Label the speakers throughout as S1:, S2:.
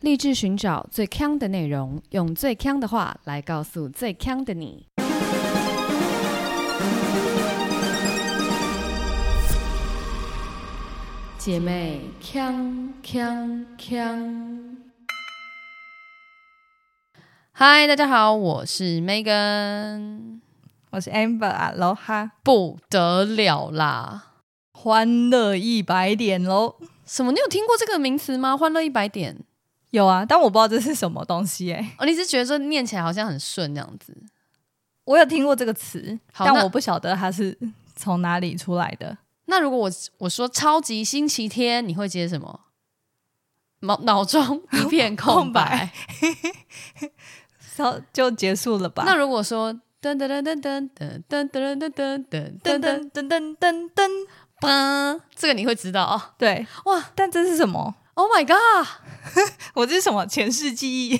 S1: 立志寻找最强的内容，用最强的话来告诉最强的你。姐妹，强强强！嗨，大家好，我是 Megan，
S2: 我是 Amber 啊，喽哈，
S1: 不得了啦！
S2: 欢乐一百点喽。
S1: 什么？你有听过这个名词吗？欢乐一百点
S2: 有啊，但我不知道这是什么东西哎、
S1: 哦，你是觉得说念起来好像很顺那样子？
S2: 我有听过这个词，
S1: 好
S2: 但
S1: 那
S2: 我不晓得它是从哪里出来的。
S1: 那如果我我说超级星期天，你会接什么？脑脑中一片空
S2: 空
S1: 白
S2: 白。稍就结束了吧？
S1: 那如果说噔噔噔噔噔噔噔噔
S2: 噔
S1: 噔噔噔噔噔
S2: 噔噔噔噔噔，
S1: 噔，这个你会知道哦。
S2: 对，
S1: 哇
S2: 但这是什么？
S1: ，Oh my god！
S2: 我这是什么前世记忆？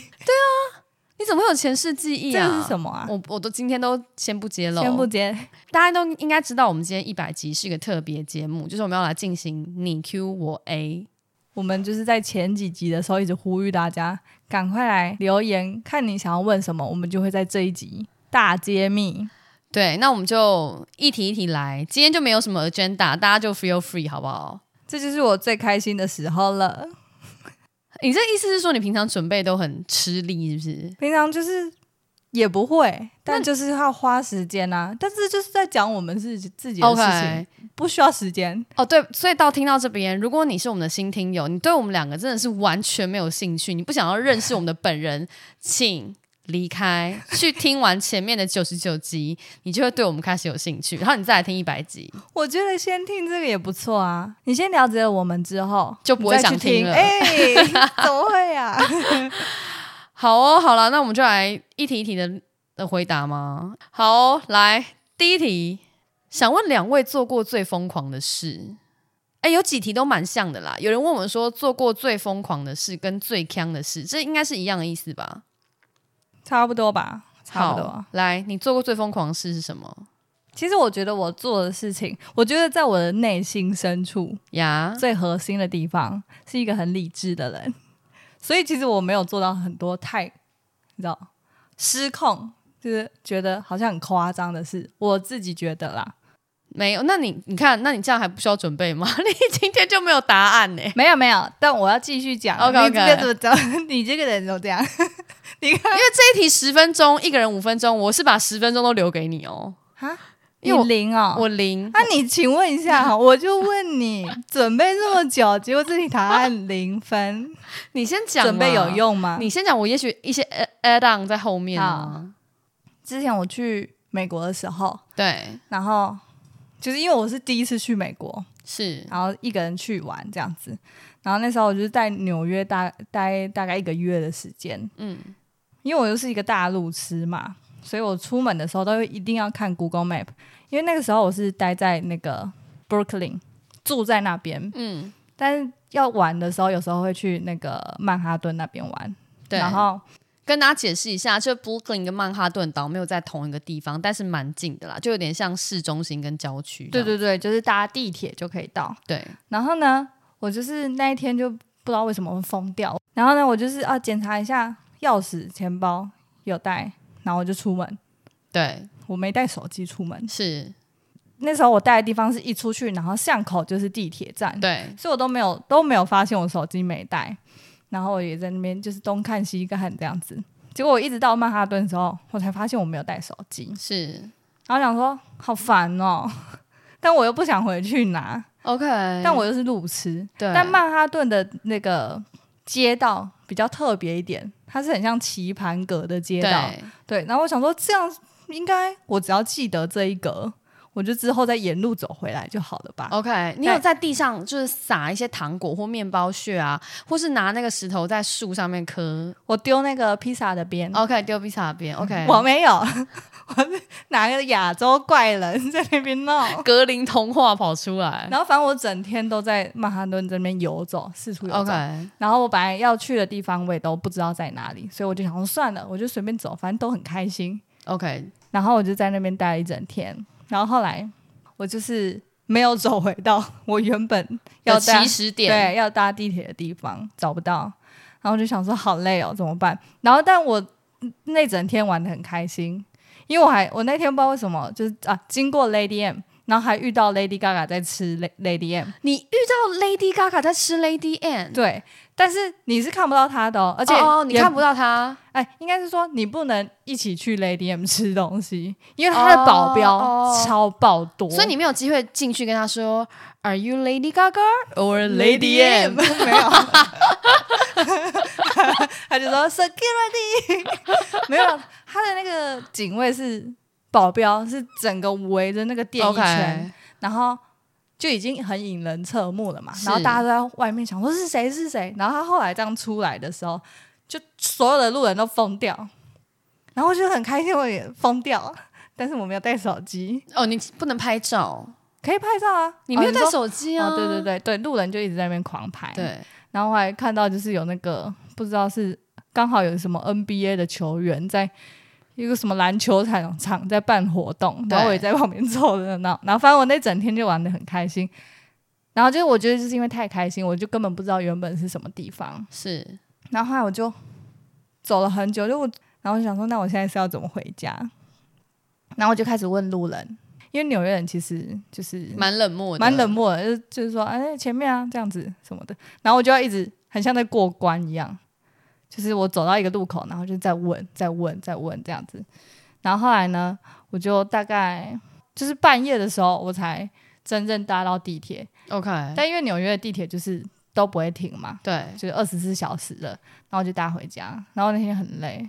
S1: 你怎么会有前世记忆
S2: 这
S1: 啊？
S2: 个是什么啊？
S1: 我我都今天都先不揭露，
S2: 先不接，
S1: 大家都应该知道，我们今天一百集是一个特别节目，就是我们要来进行你 Q 我 A，
S2: 我们就是在前几集的时候一直呼吁大家赶快来留言，看你想要问什么，我们就会在这一集大揭秘。
S1: 对，那我们就一题一题来，今天就没有什么 agenda，大家就 feel free 好不好？
S2: 这就是我最开心的时候了。
S1: 你这意思是说你平常准备都很吃力，是不是？
S2: 平常就是也不会，但就是要花时间啊。但是就是在讲我们自己自己的事情
S1: OK，
S2: 不需要时间。
S1: 哦对，所以到听到这边，如果你是我们的新听友，你对我们两个真的是完全没有兴趣，你不想要认识我们的本人，请离开，去听完前面的九十九集，你就会对我们开始有兴趣，然后你再来听一百集，
S2: 我觉得先听这个也不错啊。你先了解了我们之后，
S1: 就不会
S2: 你再去
S1: 想听了
S2: 哎、 怎么会啊？
S1: 好哦，好了，那我们就来一题一题的的回答吗？好哦、来第一题，想问两位做过最疯狂的事？哎，有几题都蛮像的啦。有人问我们说，做过最疯狂的事跟最坑的事，这应该是一样的意思吧？
S2: 差不多吧，差不
S1: 好
S2: 多。啊
S1: 来，你做过最疯狂的事是什么
S2: 其实我觉得我做的事情，我觉得在我的内心深处，
S1: 呀？
S2: 最核心的地方是一个很理智的人，所以其实我没有做到很多太，你知道，失控，就是觉得好像很夸张的事，我自己觉得啦，
S1: 没有？那你你看，那你这样还不需要准备吗？ 你今天就没有答案呢、
S2: 没有没有，但我要继续讲。
S1: OK，OK
S2: 你这个怎么讲？ 你这个人怎么这样？你看
S1: 因为这一题十分钟，一个人五分钟，我是把十分钟都留给你哦。
S2: 啊，你
S1: 因为我
S2: 零哦，
S1: 我零，
S2: 那、你请问一下，我就问你，准备这么久，结果自己答案零分，
S1: 你先讲嘛，
S2: 准备有用啊吗？
S1: 你先讲，我也许一些 add- add on 在后面啊。
S2: 之前我去美国的时候，
S1: 对，
S2: 然后就是因为我是第一次去美国，
S1: 是
S2: 然后一个人去玩这样子。然后那时候我就是在纽约大待大概一个月的时间，
S1: 嗯，
S2: 因为我又是一个大路痴嘛，所以我出门的时候都会一定要看 Google Map，因为那个时候我是待在那个 Brooklyn，住在那边，
S1: 嗯，
S2: 但是要玩的时候有时候会去那个曼哈顿那边玩，
S1: 对。
S2: 然后
S1: 跟大家解释一下，就 Brooklyn 跟曼哈顿岛没有在同一个地方，但是蛮近的啦，就有点像市中心跟郊区这
S2: 对
S1: 样。
S2: 对对，就是搭地铁就可以到。
S1: 对，
S2: 然后呢，我就是那一天就不知道为什么会疯掉。然后呢，我就是啊检查一下钥匙、钱包有带，然后我就出门。
S1: 对，
S2: 我没带手机出门。
S1: 是，
S2: 那时候我带的地方是一出去，然后巷口就是地铁站，
S1: 对，
S2: 所以我都没有都没有发现我手机没带。然后我也在那边就是东看西看这样子。结果我一直到曼哈顿的时候，我才发现我没有带手机。
S1: 是。
S2: 然后想说好烦哦，但我又不想回去拿，
S1: OK，
S2: 但我又是路痴，
S1: 对，
S2: 但曼哈顿的那个街道比较特别一点，它是很像棋盘格的街道。
S1: 对
S2: 对，然后我想说，这样应该我只要记得这一格，我就之后再沿路走回来就好了吧？
S1: OK，你有在地上就是撒一些糖果或面包屑啊，或是拿那个石头在树上面磕。
S2: 我丢那个披萨的边。
S1: OK，丢披萨的边。OK，
S2: 嗯 我没有，我是哪个亚洲怪人在那边闹？
S1: 格林童话跑出来。
S2: 然后反正我整天都在曼哈顿这边游走，四处游走。
S1: OK，
S2: 然后我本来要去的地方我也都不知道在哪里，所以我就想说算了，我就随便走，反正都很开心。
S1: OK，
S2: 然后我就在那边待了一整天。然后后来我就是没有走回到我原本要
S1: 有
S2: 搭
S1: 呃起始点，
S2: 对要搭地铁的地方，找不到。然然后就想说好累哦，怎么办？然后但我嗯那整天玩的很开心，因为我还我那天不知道为什么，就是啊经过 Lady M，然后还遇到 Lady Gaga 在吃 La- Lady M，
S1: 你遇到 Lady Gaga 在吃 Lady M，
S2: 对，但是你是看不到她的、哦，而
S1: 而
S2: 且
S1: 哦，你
S2: 也
S1: 看不到她，
S2: 哎，应该是说你不能一起去 Lady M 吃东西，因为它的保镖
S1: 哦哦
S2: 超爆多，
S1: 所以你没有机会进去跟她说 Are you Lady Gaga or
S2: Lady
S1: Lady
S2: M
S1: M？
S2: 没有，他就说 security，没 有，他的那个警卫是保镖，是整个围着那个店一
S1: OK，
S2: 圈然后就已经很引人侧目了嘛。
S1: 是
S2: 然后大家都在外面想说是谁是谁，然后他后来这样出来的时候，就所有的路人都疯掉，然后我就很开心，我也疯掉，但是我没有带手机，
S1: 哦，你不能拍照，
S2: 可以拍照啊，
S1: 你没有
S2: 哦
S1: 带
S2: 说
S1: 手机啊？
S2: 哦，对对对对，路人就一直在那边狂拍，
S1: 对，
S2: 然后我还看到就是有那个不知道是刚好有什么 NBA 的球员在一个什么篮球场场在办活动，
S1: 对
S2: 然后我也在旁边凑热闹，然后反正我那整天就玩的很开心。然后就是我觉得就是因为太开心，我就根本不知道原本是什么地方。
S1: 是
S2: 然后后来我就走了很久，就我然后我就想说，那我现在是要怎么回家？然后我就开始问路人，因为纽约人其实就是
S1: 蛮冷漠的，
S2: 蛮冷漠的，就是就是说，哎，前面啊，这样子什么的。然后我就要一直很像在过关一样，就是我走到一个路口，然后就在问，在问，在问这样子。然后后来呢，我就大概就是半夜的时候，我才真正搭到地铁。
S1: OK，
S2: 但因为纽约的地铁就是都不会停嘛，
S1: 对，
S2: 就是二十四小时的，然后我就搭回家。然后那天很累，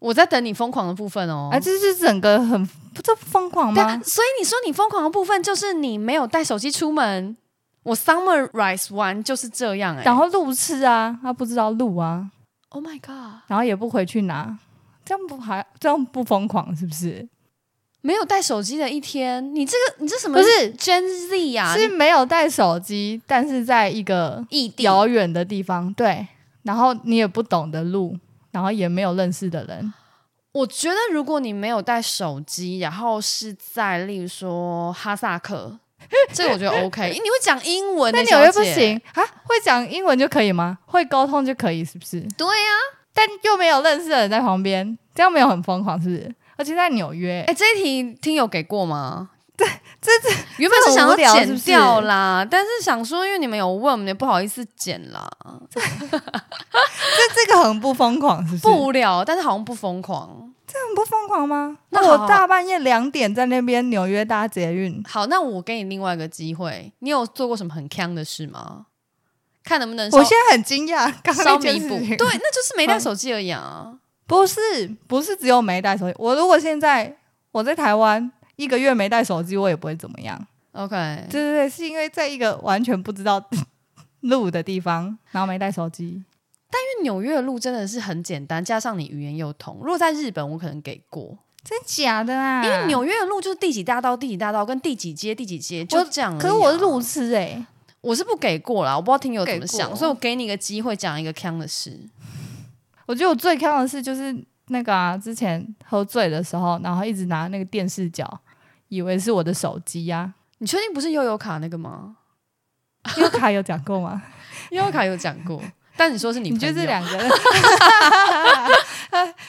S1: 我在等你疯狂的部分哦。
S2: 哎、这是整个很不这疯狂
S1: 对
S2: 吗
S1: 啊，？所以你说你疯狂的部分就是你没有带手机出门。我 summarize 完就是这样哎、
S2: 然后路痴啊，他不知道路啊。
S1: Oh my god，
S2: 然后也不回去拿，这样不还这样不疯狂是不是？
S1: 没有带手机的一天，你这个你这什么
S2: 不是
S1: Gen Z 啊呀、
S2: 是
S1: 你
S2: 没有带手机，但是在一个
S1: 异地
S2: 遥远的地方，对，然后你也不懂得路，然后也没有认识的人，
S1: 我觉得如果你没有带手机，然后是在例如说哈萨 克，这个我觉得 OK，你 会讲英文、
S2: 那
S1: 欸，
S2: 纽约不
S1: 小姐。
S2: 行啊，会讲英文就可以吗？会沟通就可以是不是？
S1: 对呀、
S2: 但又没有认识的人在旁边，这样没有很疯狂是不是？而且在纽约，
S1: 哎、这一题听友给过吗？对，这这原本是想
S2: 这很无聊
S1: 要
S2: 是
S1: 剪
S2: 不是
S1: 掉啦，但是想说因为你们有问，我们也不好意思剪啦，
S2: 这这个很不疯狂是不是？
S1: 不无聊，但是好像不疯狂。
S2: 很不疯狂吗？
S1: 那
S2: 那啊我
S1: 好
S2: 大半夜两点在那边纽约搭捷运，
S1: 好，那我给你另外一个机会，你有做过什么很坑的事吗？看能不能
S2: 我
S1: 稍
S2: 现在很惊讶，刚刚那
S1: 稍弥
S2: 件事
S1: 补，
S2: 情
S1: 对，那就是没带手机而已啊。
S2: 不是，不是只有没带手机。我如果现在我在台湾一个月没带手机，我也不会怎么样。
S1: OK，
S2: 对对对，是因为在一个完全不知道路的地方，然后没带手机。
S1: 因为纽约的路真的是很简单，加上你语言又通。如果在日本，我可能给过，
S2: 真假的啊
S1: 因为，纽约的路就是第几大道、第几大道跟第几街、第几街就这样而已啊、
S2: 可是我是路痴哎、
S1: 我是不给过啦，我不知道听友怎么
S2: 给
S1: 想，
S2: 过
S1: 所以我给你一个机会讲一个坑的事。
S2: 我觉得我最坑的事就是那个啊，之前喝醉的时候，然后一直拿那个电视角，以为是我的手机呀、
S1: 你确定不是悠游卡那个吗？
S2: 啊。因为卡有讲过吗？
S1: 悠游卡有讲 过，但你说是你
S2: 你
S1: 朋
S2: 就
S1: 友，
S2: 是两 个人。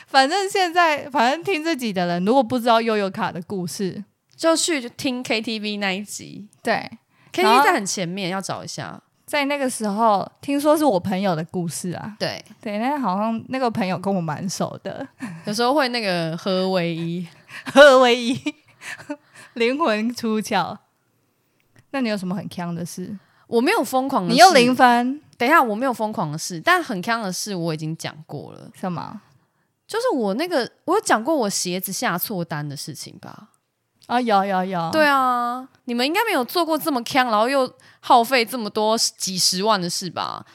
S2: 反正现在，反正听这集的人，如果不知道悠悠卡的故事，
S1: 就去听 KTV 那一集
S2: 对，然后
S1: ，KTV 在很前面，要找一下。
S2: 在那个时候听说是我朋友的故事啊，
S1: 对，
S2: 对，那好像那个朋友跟我蛮熟的，
S1: 有时候会那个喝唯一。
S2: 何唯一灵魂出窍。那你有什么很强的事？
S1: 我没有疯狂的事，
S2: 你又零分
S1: 等一下，我没有疯狂的事，但很坑的事我已经讲过了，
S2: 什么？
S1: 就是我那个我有讲过我鞋子下错单的事情吧？
S2: 哦，有有有，
S1: 对啊，你们应该没有做过这么坑，然后又耗费这么多几十万的事吧？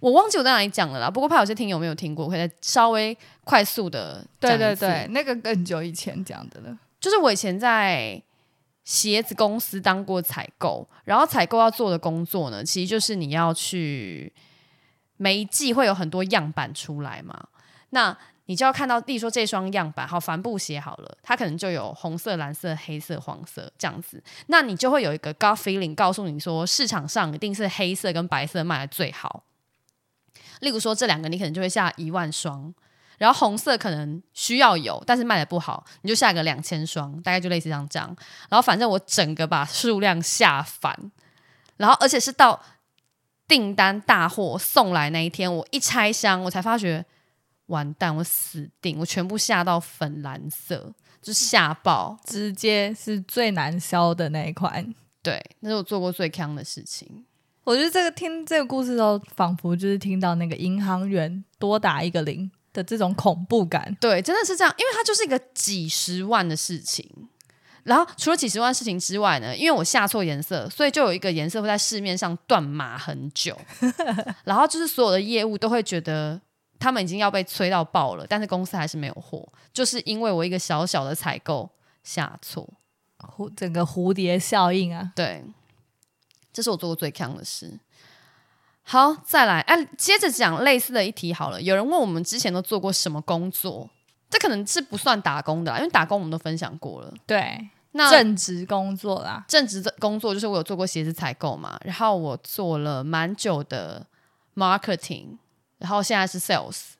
S1: 我忘记我在哪里讲了啦，不过怕有些听友没有听过，我可以再稍微快速的
S2: 对对对，，那个更久以前讲的了。
S1: 就是我以前在鞋子公司当过采购，然后采购要做的工作呢，其实就是你要去每一季会有很多样板出来嘛，那你就要看到，例如说这双样板，好帆布鞋好了，它可能就有红色、蓝色、黑色、黄色这样子，那你就会有一个 gut feeling 告诉你说，市场上一定是黑色跟白色卖的最好。例如说这两个，你可能就会下一万双，然后红色可能需要有，但是卖的不好，你就下个两千双，大概就类似像这样。然后反正我整个把数量下反，然后而且是到订单大货送来那一天，我一拆箱，我才发觉完蛋，我死定，我全部下到粉蓝色，就吓爆。
S2: 直接是最难销的那一款。
S1: 对，那是我做过最坑的事情。
S2: 我觉得这个听这个故事的时候，仿佛就是听到那个银行员多打一个零的这种恐怖感。
S1: 对，真的是这样，因为它就是一个几十万的事情。然后除了几十万的事情之外呢，因为我下错颜色，所以就有一个颜色会在市面上断码很久。然后就是所有的业务都会觉得他们已经要被催到爆了，但是公司还是没有货，就是因为我一个小小的采购下错。
S2: 蝴整个蝴蝶效应啊，
S1: 对，这是我做过最坑的事。好，再来，哎、接着讲类似的一题好了。有人问我们之前都做过什么工作，这可能是不算打工的啦因为打工我们都分享过了。
S2: 对，
S1: 那
S2: 正职工作啦，
S1: 正职的工作就是我有做过鞋子采购嘛，然后我做了蛮久的 marketing，然后现在是 sales。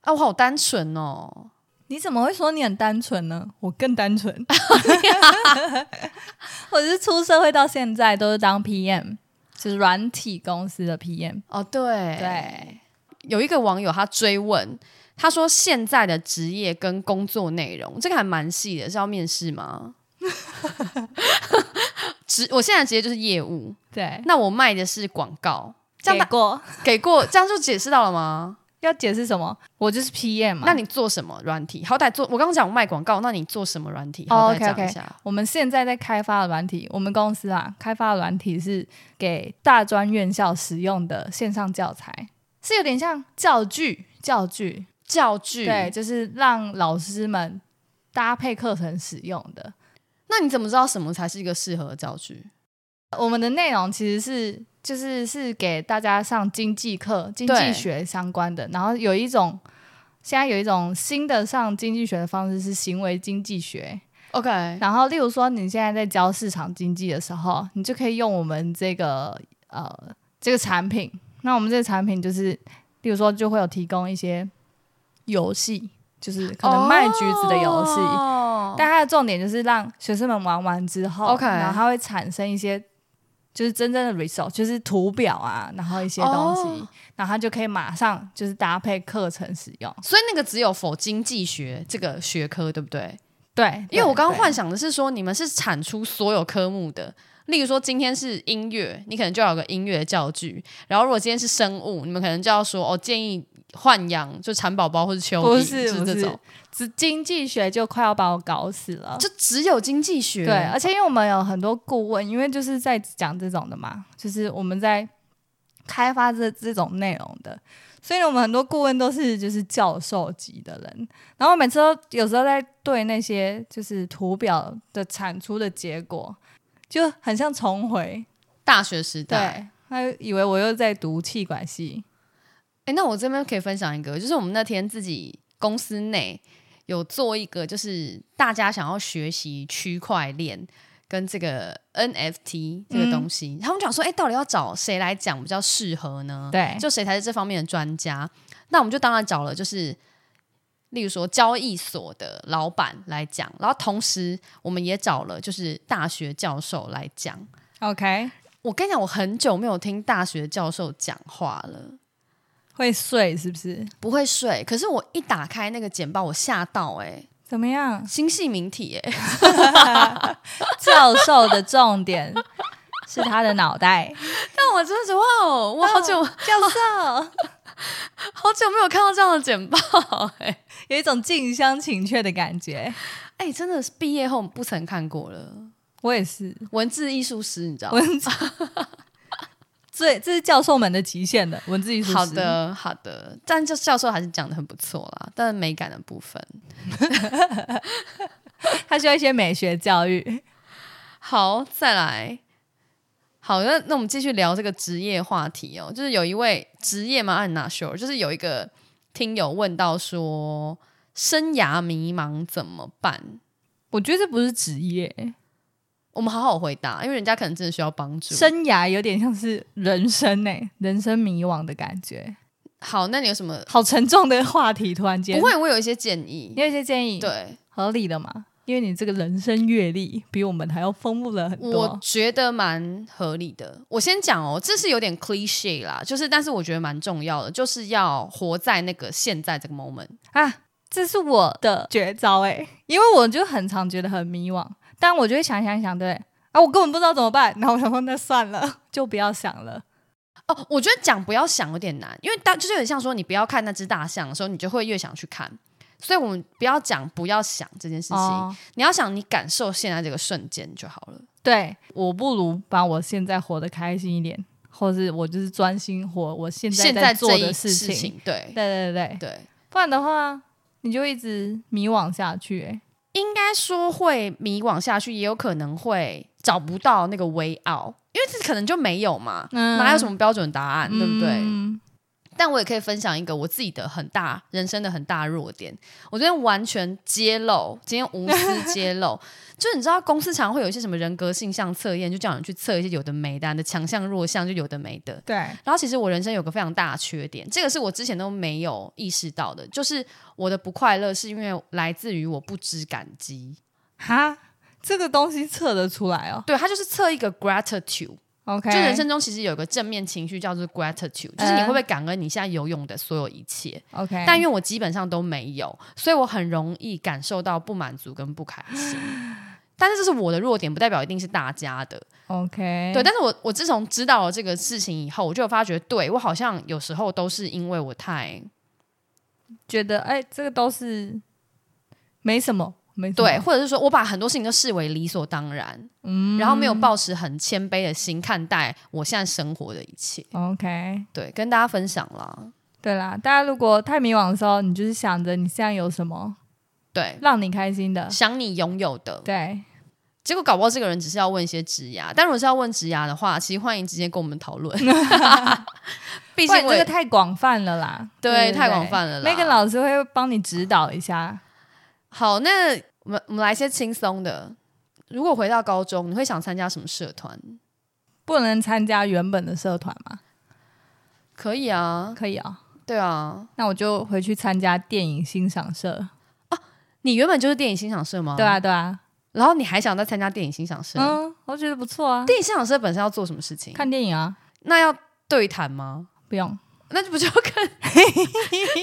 S1: 啊，我好单纯哦！
S2: 你怎么会说你很单纯呢？我更单 纯，我是出社会到现在都是当 PM，就是软体公司的 PM。
S1: 哦，对
S2: 对，
S1: 有一个网友他追问，他说现在的职业跟工作内容，这个还蛮细的，是要面试吗？ 职我现在职业就是业务，
S2: 对，
S1: 那我卖的是广告，这样
S2: 哎给
S1: 大
S2: 过
S1: 给过，这样就解释到了吗？
S2: 要解释什么？我就是啊 PM 嘛。
S1: 那你做什么软体？好歹做，我刚刚讲我卖广告，那你做什么软体？
S2: 哦
S1: 好歹讲
S2: OK，OK
S1: 一下。
S2: 我们现在在开发的软体，我们公司啊开发的软体是给大专院校使用的线上教材，是有点像教具，教具
S1: 教具，
S2: 对，就是让老师们搭配课程使用的。
S1: 那你怎么知道什么才是一个适合的教具？
S2: 我们的内容其实是就是是给大家上经济课、经济学相关的，然后有一种现在有一种新的上经济学的方式是行为经济学，
S1: OK，
S2: 然后，例如说，你现在在教市场经济的时候，你就可以用我们这个呃这个产品。那我们这个产品就是，例如说，就会有提供一些游戏，就是可能卖橘子的游戏。
S1: 哦
S2: 但它的重点就是让学生们玩完之后
S1: OK
S2: 然后它会产生一些就是真正的 result，就是图表啊，然后一些东西
S1: 哦
S2: 然后它就可以马上就是搭配课程使用。
S1: 所以那个只有否经济学这个学科，对不对？
S2: 对，
S1: 因为我刚刚
S2: 对
S1: 幻想的是说，你们是产出所有科目的。例如说，今天是音乐，你可能就要有个音乐教具；然后如果今天是生物，你们可能就要说哦，建议豢养就蚕宝宝或者蚯蚓，
S2: 不是
S1: 就
S2: 不
S1: 这
S2: 是
S1: 种，
S2: 只经济学就快要把我搞死了。
S1: 就只有经济学。
S2: 对，而且因为我们有很多顾问，因为就是在讲这种的嘛，就是我们在开发这这种内容的，所以我们很多顾问都是就是教授级的人。然后我每次都有时候在对那些就是图表的产出的结果，就很像重回。
S1: 大学时代，
S2: 对，他就以为我又在读气管系，
S1: 哎，那我这边可以分享一个，就是我们那天自己公司内有做一个，就是大家想要学习区块链跟这个 NFT 这
S2: 嗯
S1: 个东西，他们讲说，哎，到底要找谁来讲比较适合呢？
S2: 对，
S1: 就谁才是这方面的专家？那我们就当然找了，就是例如说交易所的老板来讲，然后同时我们也找了就是大学教授来讲。
S2: OK，
S1: 我跟你讲，我很久没有听大学教授讲话了。
S2: 会睡是不是？
S1: 不会睡，可是我一打开那个简报，我吓到哎、欸，？
S2: 怎么样
S1: 星系名体哎、欸，
S2: 教授的重 点是他的脑袋，
S1: 但我真的是哇哦，我好久、
S2: 教授。
S1: 好久没有看到这样的简报哎、欸，
S2: 有一种近乡情怯的感觉。
S1: 哎、真的是毕业后不曾看过了，
S2: 我也是，
S1: 文字艺术师你知道吗？
S2: 文字，这这是教授们的极限了。文字艺术
S1: 好
S2: 史，
S1: 的，好的，但这教授还是讲的很不错啦，但美感的部分。
S2: 他需要一些美学教育。
S1: 好，再来。好，那那我们继续聊这个职业话题哦。就是有一位职业嘛，I'm not sure，就是有一个听友问到说，生涯迷茫怎么办？
S2: 我觉得这不是职业，
S1: 我们好好回答，因为人家可能真的需要帮助。
S2: 欸生涯有点像是人生呢、人生迷惘的感觉。
S1: 好，那你有什么？
S2: 好沉重的话题，突然间
S1: 不，会，我有一些建议
S2: 你。有一些建议，，
S1: 对，
S2: 合理的嘛？因为你这个人生阅历比我们还要丰富了很
S1: 我
S2: 多。
S1: 觉得蛮合理的。我先讲哦，这是有点 cliche 啦，就是但是我觉得蛮重要的，就是要活在那个现在这个 moment。
S2: 啊，这是我的绝招哎、因为我就很常觉得很迷惘，但我就会想想想，对啊，我根本不知道怎么办，然后我想说那算了，就不要想了。
S1: 哦，我觉得讲不要想有点难，因为大就是有点像说你不要看那只大象的时候，你就会越想去看。所以我们不要讲不要想这件事情，
S2: 哦，
S1: 你要想你感受现在这个瞬间就好了。
S2: 对，我不如把我现在活得开心一点，或是我就是专心活我现在
S1: 现在
S2: 做
S1: 这一
S2: 的
S1: 事
S2: 情。
S1: 对
S2: 对对对，
S1: 对，
S2: 不然的话你就一直迷惘下去、欸。
S1: 应该说会迷惘下去，也有可能会找不到那个 way out，因为这可能就没有嘛，
S2: 嗯
S1: 哪有什么标准答案，对不对？
S2: 嗯
S1: 但我也可以分享一个我自己的很大人生的很大弱点，我昨天完全揭露，今天无私揭 露，就你知道公司常会有一些什么人格性向测验，就叫你去测一些有的没的啊、你的强项弱项，就有的没的。
S2: 对，
S1: 然后其实我人生有个非常大的缺点，这个是我之前都没有意识到的，就是我的不快乐是因为来自于我不知感激。
S2: 哈，这个东西测得出来哦。
S1: 对，它就是测一个 gratitude，
S2: OK，
S1: 就人生中其实有一个正面情绪叫做 gratitude，就是你会不会感恩你现在拥有的所有一切？
S2: OK，
S1: 但因为我基本上都没有，所以我很容易感受到不满足跟不开心。但是这是我的弱点，不代表一定是大家的。
S2: OK，
S1: 对，但是我我自从知道了这个事情以后，我就有发觉，对我好像有时候都是因为我太
S2: 觉得哎、这个都是没什么，没什么
S1: 对，，或者是说我把很多事情都视为理所当然，嗯，然后没有抱持很谦卑的心看待我现在生活的一切。
S2: OK，
S1: 对，跟大家分享啦。
S2: 对啦，大家如果太迷惘的时候，你就是想着你现在有什么
S1: 对，
S2: 让你开心的，
S1: 想你拥有的。
S2: 对，
S1: 结果搞不好这个人只是要问一些职涯，但如果是要问职涯的话，其实欢迎直接跟我们 讨论。毕
S2: 不然
S1: 竟我
S2: 这个
S1: 也嗯
S2: 太广泛了啦，
S1: 对太广泛了啦
S2: Megan 老师会帮你指导一下，
S1: 好，那我们我们来一些轻松的。如果回到高中，你会想参加什么社团？
S2: 不能参加原本的社团吗？
S1: 可以啊，
S2: 可以啊、
S1: 对啊，
S2: 那我就回去参加电影欣赏社。
S1: 你原本就是电影欣赏社吗？
S2: 对，啊，对啊，
S1: 然后你还想再参加电影欣赏社？
S2: 嗯，我觉得不错啊，
S1: 电影欣赏社本身要做什么事情？
S2: 看电影啊，
S1: 那要对谈吗？
S2: 不用。
S1: 那就不就 跟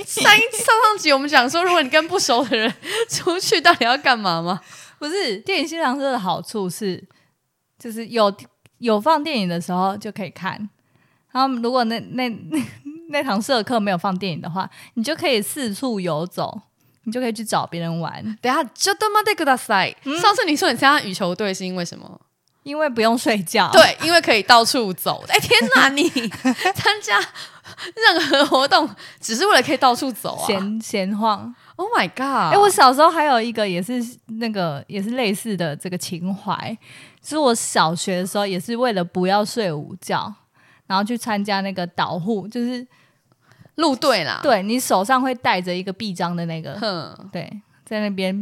S1: 上一上上集我们讲说，如果你跟不熟的人出去，到底要干嘛吗？
S2: 不是电影欣赏社的好处是，就是有有放电影的时候就可以看。然后如果那那 那堂社课没有放电影的话，你就可以四处游走，你就可以去找别人玩，
S1: 等一下，就他妈的给他塞。上次你说你参加羽球队是因为什么？
S2: 因为不用睡觉。，
S1: 对，因为可以到处走。哦 哎、天哪，你参加任何活动只是为了可以到处走啊
S2: 闲闲晃。
S1: ！Oh my
S2: 哎、
S1: god！
S2: 我小时候还有一个也是那个也是类似的这个情怀，就是我小学的时候也是为了不要睡午觉，然后去参加那个导护，就是
S1: 路队啦，，
S2: 对你手上会带着一个臂章的那个，
S1: 哼，
S2: 对，在那边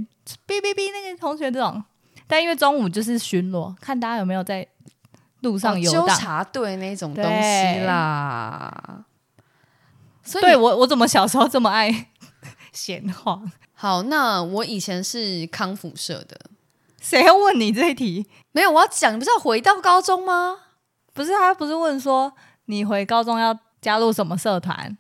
S2: 哔哔哔那个同学这种，但因为中午就是巡逻，看大家有没有在路上游
S1: 哦纠
S2: 荡。
S1: 察队那种
S2: 对
S1: 东西啦。所以
S2: 对我，我怎么小时候这么爱闲话？
S1: 好，那我以前是康复社的，
S2: 谁要问你这一题？
S1: 没有，我要讲，你不是要回到高中吗？
S2: 不是他不是问说你回高中要加入什么社团？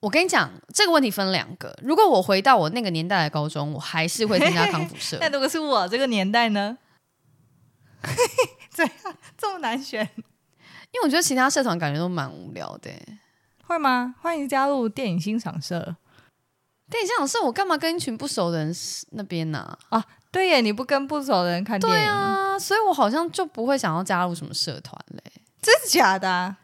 S1: 我跟你讲，这个问题分两个。如果我回到我那个年代的高中，我还是会参加康复 社。
S2: 那如果是我这个年代呢？ 怎样这么难选？
S1: 因为我觉得其他社团感觉都蛮无聊的欸。
S2: 会吗？欢迎加入电影欣赏社
S1: 但你想是我干嘛跟一群不熟的人那边呢、
S2: 啊！对耶，你不跟不熟的人看电影，
S1: 对啊，所以我好像就不会想要加入什么社团嘞。
S2: 真的假的、啊？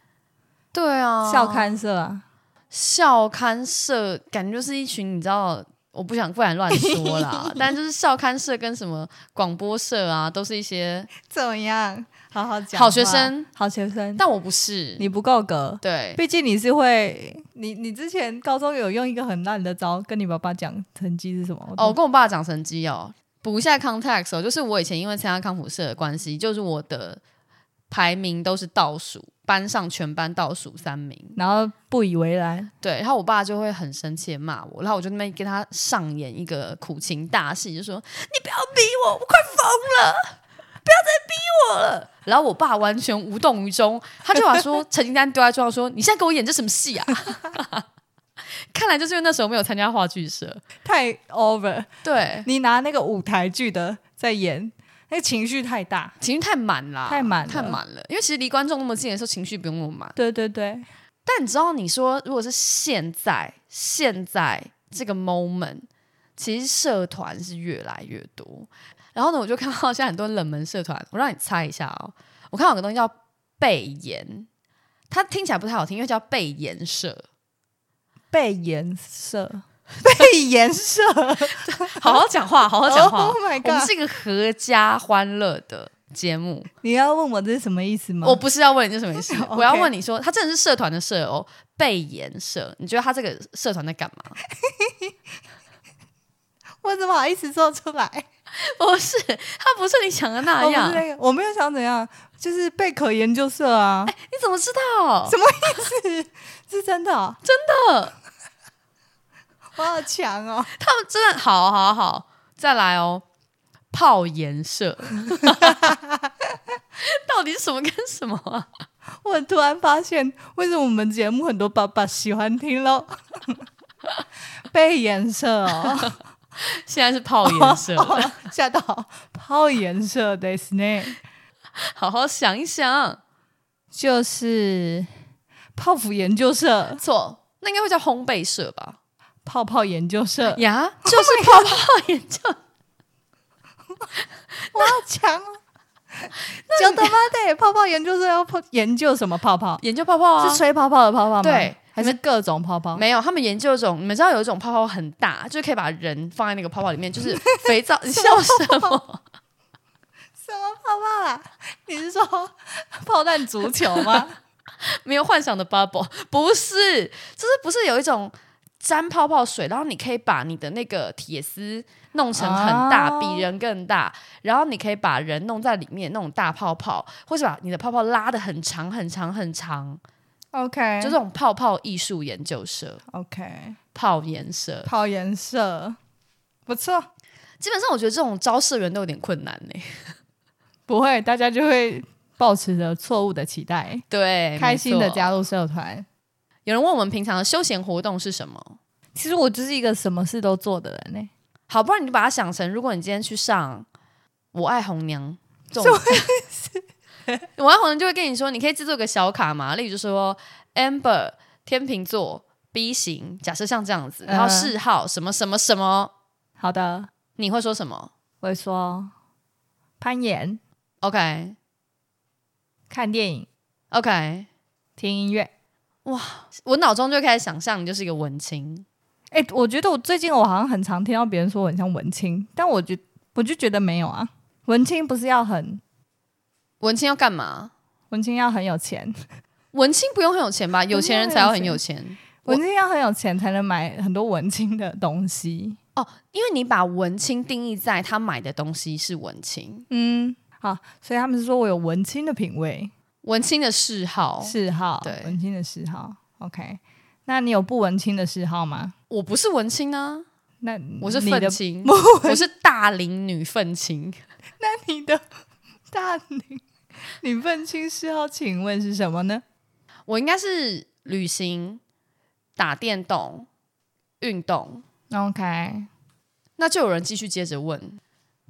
S1: 对啊，
S2: 校刊社啊，
S1: 校刊社感觉就是一群你知道，我不想不敢乱 说啦，但就是校刊社跟什么广播社啊，都是一些，
S2: 怎么样？好好讲，
S1: 好学生，
S2: 好学生，
S1: 但我不是。
S2: 你不够格。
S1: 对，
S2: 毕竟你是会，你你之前高中有用一个很烂的招跟你爸爸讲成绩是什么？
S1: 哦，我，跟我爸讲成绩哦，补一下 context 哦，就是我以前因为参加康复社的关系，就是我的排名都是倒数，班上全班倒数三名。
S2: 然后不以为然，
S1: 对，然后我爸就会很生气的骂我，然后我就那边跟他上演一个苦情大戏，就说你不要逼我，我快疯了，不要再逼我了。然后我爸完全无动于衷，他就把说成绩单丢在桌上说：“你现在给我演这什么戏啊？” 看来就是因为那时候没有参加话剧社，
S2: 太 over。
S1: 对，
S2: 你拿那个舞台剧的在演，那个情绪太大。
S1: 情绪太满啦，
S2: 太满了
S1: 太满了。因为其实离观众那么近的时候，情绪不用那么满。
S2: 对对对，
S1: 但你知道，你说如果是现在，现在这个 moment，其实社团是越来越多。然后呢，我就看到现在很多冷门社团，我让你猜一下哦。我看到有个东西叫背研，它听起来不太好听，因为叫背研社。
S2: 被颜 色，被颜色，
S1: 好好讲话，好好讲 话。
S2: Oh my
S1: 哦我们
S2: god！
S1: 是一个合家欢乐的节目。
S2: 你要问我这是什么意思吗？
S1: 我不是要问你这什么意 思，
S2: OK
S1: 我要问你说，它真的是社团的社哦，背研社。你觉得它这个社团在干嘛？
S2: 我怎么好意思说出来？
S1: 不是，它哦不是你想的那
S2: 我不
S1: 样。
S2: 是那个，我没有想怎样，就是贝壳研究社啊，
S1: 你怎么知道？
S2: 什么是真的哦、
S1: 真的？
S2: 我好强哦！
S1: 他们真的好好好，再来哦，泡颜 社，到底是什么跟什么啊？
S2: 我突然发现，为什么我们节目很多爸爸喜欢听喽？被颜色哦，
S1: 现在是泡颜 社，
S2: 吓到泡颜色的 s n a
S1: 好好想一想，
S2: 就是泡芙研究社、
S1: 错，那应该会叫烘焙社吧？
S2: 泡泡研究社，
S1: 哎呀，就是泡 泡研究。
S2: 我好强哦！就他妈的泡泡研究社要泡研究什么泡泡？
S1: 研究泡泡啊
S2: 是？吹泡泡的泡泡吗？
S1: 对，
S2: 还是各种泡泡？
S1: 没有，他们研究一种，你们知道有一种泡泡很大，就是可以把人放在那个泡泡里面，就是肥 皂。你笑什么？
S2: 什么泡泡啊？你是说 炮弹足球吗？
S1: 没有幻想的 bubble，不 是，就是不是有一种沾泡泡水，然后你可以把你的那个铁丝弄成很大，
S2: 哦
S1: 比人更大，然后你可以把人弄在里面那种大泡泡，或是把你的泡泡拉的很长很长很长，
S2: OK，
S1: 就这种泡泡艺术研究社、
S2: OK，
S1: 泡研社，
S2: 泡颜色不错，
S1: 基本上我觉得这种招社员都有点困难呢、
S2: 不会，大家就会抱持着错误的期待，
S1: 对，
S2: 开心的
S1: 没错。
S2: 加入社团。
S1: 有人问我们平常的休闲活动是什么？
S2: 其实我就是一个什么事都做的人呢、
S1: 好，不然你就把它想成，如果你今天去上《我爱红娘》这
S2: 什
S1: 种， 我爱红娘就会跟你说，你可以制作一个小卡嘛，例如就说 Amber 天秤座 B 型，假设像这样子，然后
S2: 嗯
S1: 嗜好什么什么什么，
S2: 好的，
S1: 你会说什么
S2: 我会说攀岩、
S1: ？OK
S2: 看电影、
S1: OK，
S2: 听音乐。
S1: 我脑中就开始想象你就是一个文青，
S2: 哎、我觉得我最近我好像很常听到别人说我很像文青，但我觉我就觉得没有啊。文青不是要很
S1: 文青要干嘛？
S2: 文青要很有钱，
S1: 文青不用很有钱吧？有钱人才要很有钱我
S2: 文青要很有钱才能买很多文青的东西。
S1: 哦，因为你把文青定义在他买的东西是文青，
S2: 嗯，好，所以他们是说我有文青的品味、
S1: 文青的嗜好
S2: 嗜好，
S1: 对
S2: 文青的嗜好。OK，那你有不文青的嗜好吗？
S1: 我不是文青啊，
S2: 那
S1: 我是
S2: 你
S1: 愤
S2: 的，
S1: 青， 我是大龄女愤青。
S2: 那 你的 大龄你愤青嗜好，请问是什么呢？
S1: 我应该是旅行、打电动、运动。
S2: OK，
S1: 那就有人继续接着问，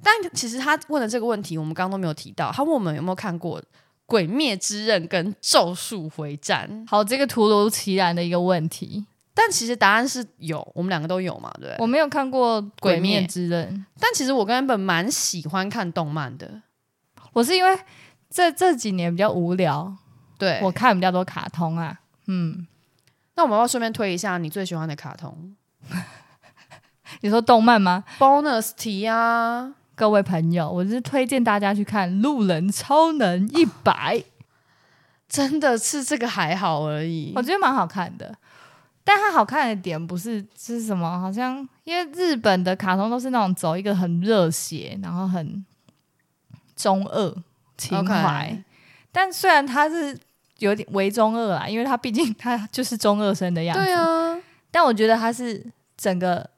S1: 但其实他问的这个问题，我们刚刚都没有提到。他问我们有没有看过《鬼灭之刃》跟《咒术回战》，
S2: 好，这个突如其然的一个问题，
S1: 但其实答案是有，我们两个都有嘛，对不对？
S2: 我没有看过《
S1: 鬼
S2: 鬼
S1: 灭
S2: 灭之刃
S1: 但其实我根本蛮喜欢看动漫的，》，
S2: 我是因为这这几年比较无聊，
S1: 对。
S2: 我看比较多卡通啊。嗯，
S1: 那我们要不要顺便推一下你最喜欢的卡通
S2: 你说动漫吗？
S1: bonus 题啊？
S2: 各位朋友，我是推荐大家去看《路人超能一百》，
S1: 真的是这个还好而已
S2: 我。觉得蛮好看的。但它好看的点不是是什么，好像因为日本的卡通都是那种走一个很热血，然后很中二情怀
S1: OK
S2: 但虽然他是有点为中二啦，因为他毕竟他就是中二生的样子，
S1: 对啊，
S2: 但我觉得他是整个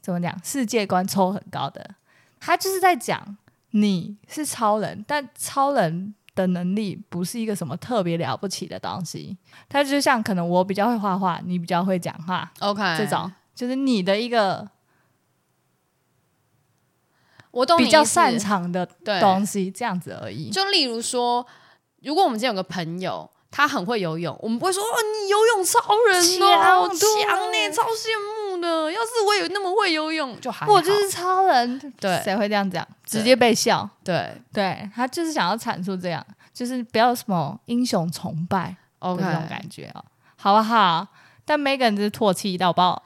S2: 怎么讲世界观抽很高的，他就是在讲你是超人，但超人的能力不是一个什么特别了不起的东西，他就像可能我比较会画画，你比较会讲话
S1: OK，
S2: 这种，就是你的一个
S1: 我懂你
S2: 比较
S1: 意思
S2: 擅长的
S1: 对
S2: 东西，这样子而已。
S1: 就例如说，如果我们今天有个朋友，他很会游泳，我们不会说哦，你游泳超人哦，
S2: 强对
S1: 强呢，超羡慕的。要是我有那么会游泳，就还好
S2: 我就是超人，
S1: 对
S2: 谁会这样讲？直
S1: 对
S2: 接被笑。
S1: 对
S2: 对他就是想要阐述这样，就是不要什么英雄崇拜的
S1: OK
S2: 这种感觉哦，好不好？但 Megan 就是唾弃到爆，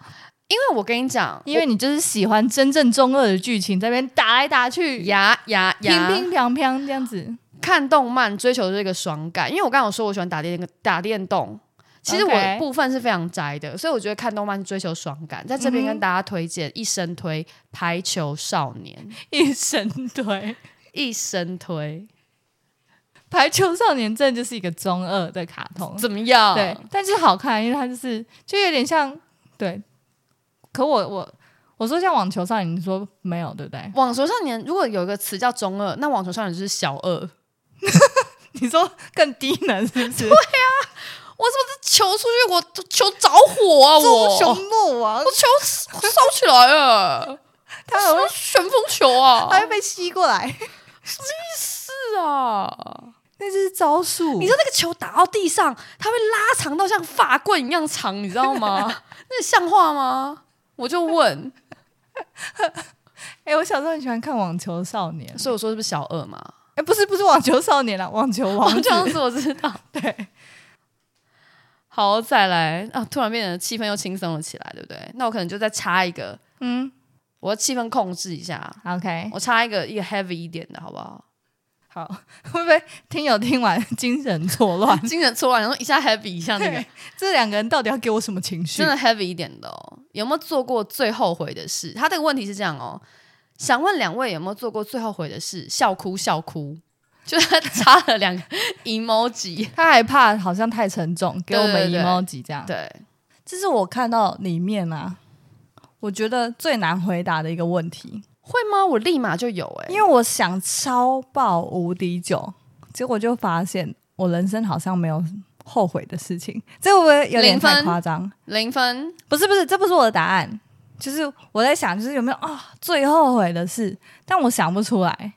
S1: 因为我跟你讲，
S2: 因为你就是喜欢真正中二的剧情，在那边打来打去，
S1: 牙牙
S2: 乒
S1: 牙
S2: 乒乓乓这样子。
S1: 看动漫追求这个爽感，因为我刚刚有说我喜欢打电打电动。其实我
S2: OK
S1: 部分是非常宅的所以我觉得看动漫是追求爽感，在这边
S2: 嗯哼
S1: 跟大家推荐、一生推《排球少年》，
S2: 一神推，
S1: 一生推
S2: 排球少年正就是一个中二的卡通，
S1: 怎么样？
S2: 对，但是好看，因为它就是就有点像对。可我我我说像网球少年，你说没有对不对？
S1: 网球少年如果有一个词叫中二，那网球少年就是小二。我
S2: 你说更低能是不 是？
S1: 是不是球出去，我球着火啊！我
S2: 棕
S1: 我
S2: 熊莫王，
S1: 球烧起来啊了，
S2: 他很会
S1: 旋风球啊！
S2: 还会被吸过来，
S1: 是啊，
S2: 那就是招数。
S1: 你知道那个球打到地上，它会拉长到像发棍一样长，你知道 吗？那像话吗？我就问，
S2: 哎、我小时候很喜欢看《网球少年》，
S1: 所以我说是不是小二嘛？
S2: 哎、不是不是《网球少年》啦，《网球王
S1: 哦
S2: 子
S1: 这》样子我知道。
S2: 对，
S1: 好，再来啊！突然变得气氛又轻松了起来，对不对？那我可能就再插一个，
S2: 嗯
S1: 我要气氛控制一下。
S2: ，OK，
S1: 我插一个一个 heavy 一点的好不好？
S2: 好，会不会听友听完精神错乱？
S1: 精神错乱，然后一下 heavy 一下那个
S2: 对，这两个人到底要给我什么情绪
S1: 真？的 heavy 一点的哦。有没有做过最后悔的事？他这个问题是这样哦，想问两位有没有做过最后悔的事？笑哭笑哭， 就是他插了两个 emoji。
S2: 他害怕好像太沉重，给我们
S1: 对对对
S2: emoji 这样。
S1: 对，
S2: 这是我看到里面啊，我觉得最难回答的一个问题。
S1: 会吗？我立马就有哎、
S2: 因为我想超爆无敌酒，结果就发现我人生好像没有后悔的事情，这会不会有点
S1: 零分
S2: 太夸张？
S1: 零分。
S2: 不是不是，这不是我的答案，就是我在想，就是有没有啊、最后悔的事，但我想不出来。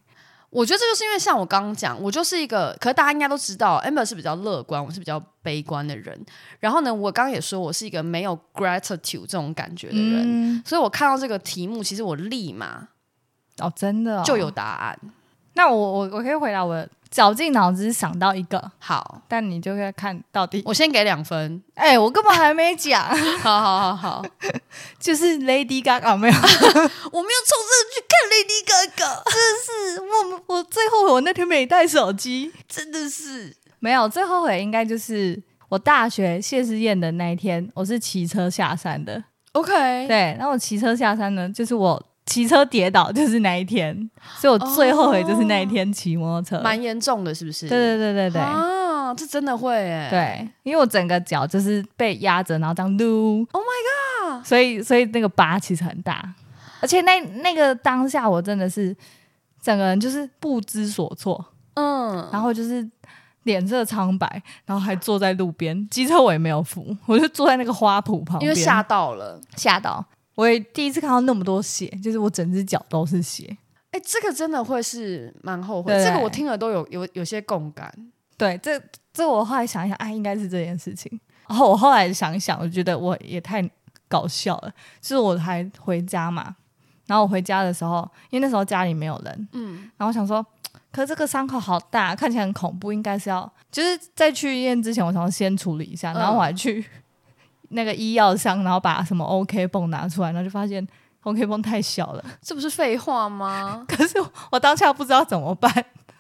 S1: 我觉得这就是因为像我刚刚讲，我就是一个，可是大家应该都知道，Amber 是比较乐观，我是比较悲观的人。然后呢，我刚刚也说我是一个没有 gratitude 这种感觉的人，
S2: 嗯，
S1: 所以我看到这个题目，其实我立马
S2: 哦，真的、哦、
S1: 就有答案。
S2: 那我我我可以回答我绞尽脑汁想到一个，
S1: 好，
S2: 但你就会看到底。
S1: 我先给两分。
S2: 哎、我根本还没讲，
S1: 好好好好，
S2: 就是 Lady Gaga 没有。
S1: 我没有冲着去看 Lady Gaga，
S2: 是我我最后悔我那天没带手机。
S1: 真的是
S2: 没有，最后悔应该就是我大学谢师宴的那一天，我是骑车下山的。
S1: OK。
S2: 对，然后我骑车下山呢，就是我骑车跌倒，就是那一天，所以我最后悔就是那一天骑摩托车。
S1: 蛮严重的，是不是？
S2: 对对对对对、
S1: 啊，这真的会哎、
S2: 对，因为我整个脚就是被压着，然后这样撸。my
S1: Oh
S2: god！所以所以那个疤其实很大，而且那那个当下我真的是整个人就是不知所措。
S1: 嗯，
S2: 然后就是脸色苍白，然后还坐在路边，机车我也没有扶，我就坐在那个花圃旁
S1: 因
S2: 边，
S1: 为吓到了。
S2: 吓到，我也第一次看到那么多血，就是我整只脚都是血。
S1: 哎、这个真的会是蛮后悔，
S2: 对
S1: 这个我听了都有有有些共感。
S2: 对，这这我后来想一想，哎，应该是这件事情。然后我后来想一想，我觉得我也太搞笑了，就是我还回家嘛，然后我回家的时候，因为那时候家里没有人，
S1: 嗯，
S2: 然后我想说，可是这个伤口好大，看起来很恐怖，应该是要就是在去医院之前，我想要先处理一下，
S1: 嗯
S2: 然后我还去那个医药箱，然后把什么 OK 泵拿出来，然后就发现 OK 泵太小了，
S1: 这不是废话吗？
S2: 可是我当下不知道怎么办，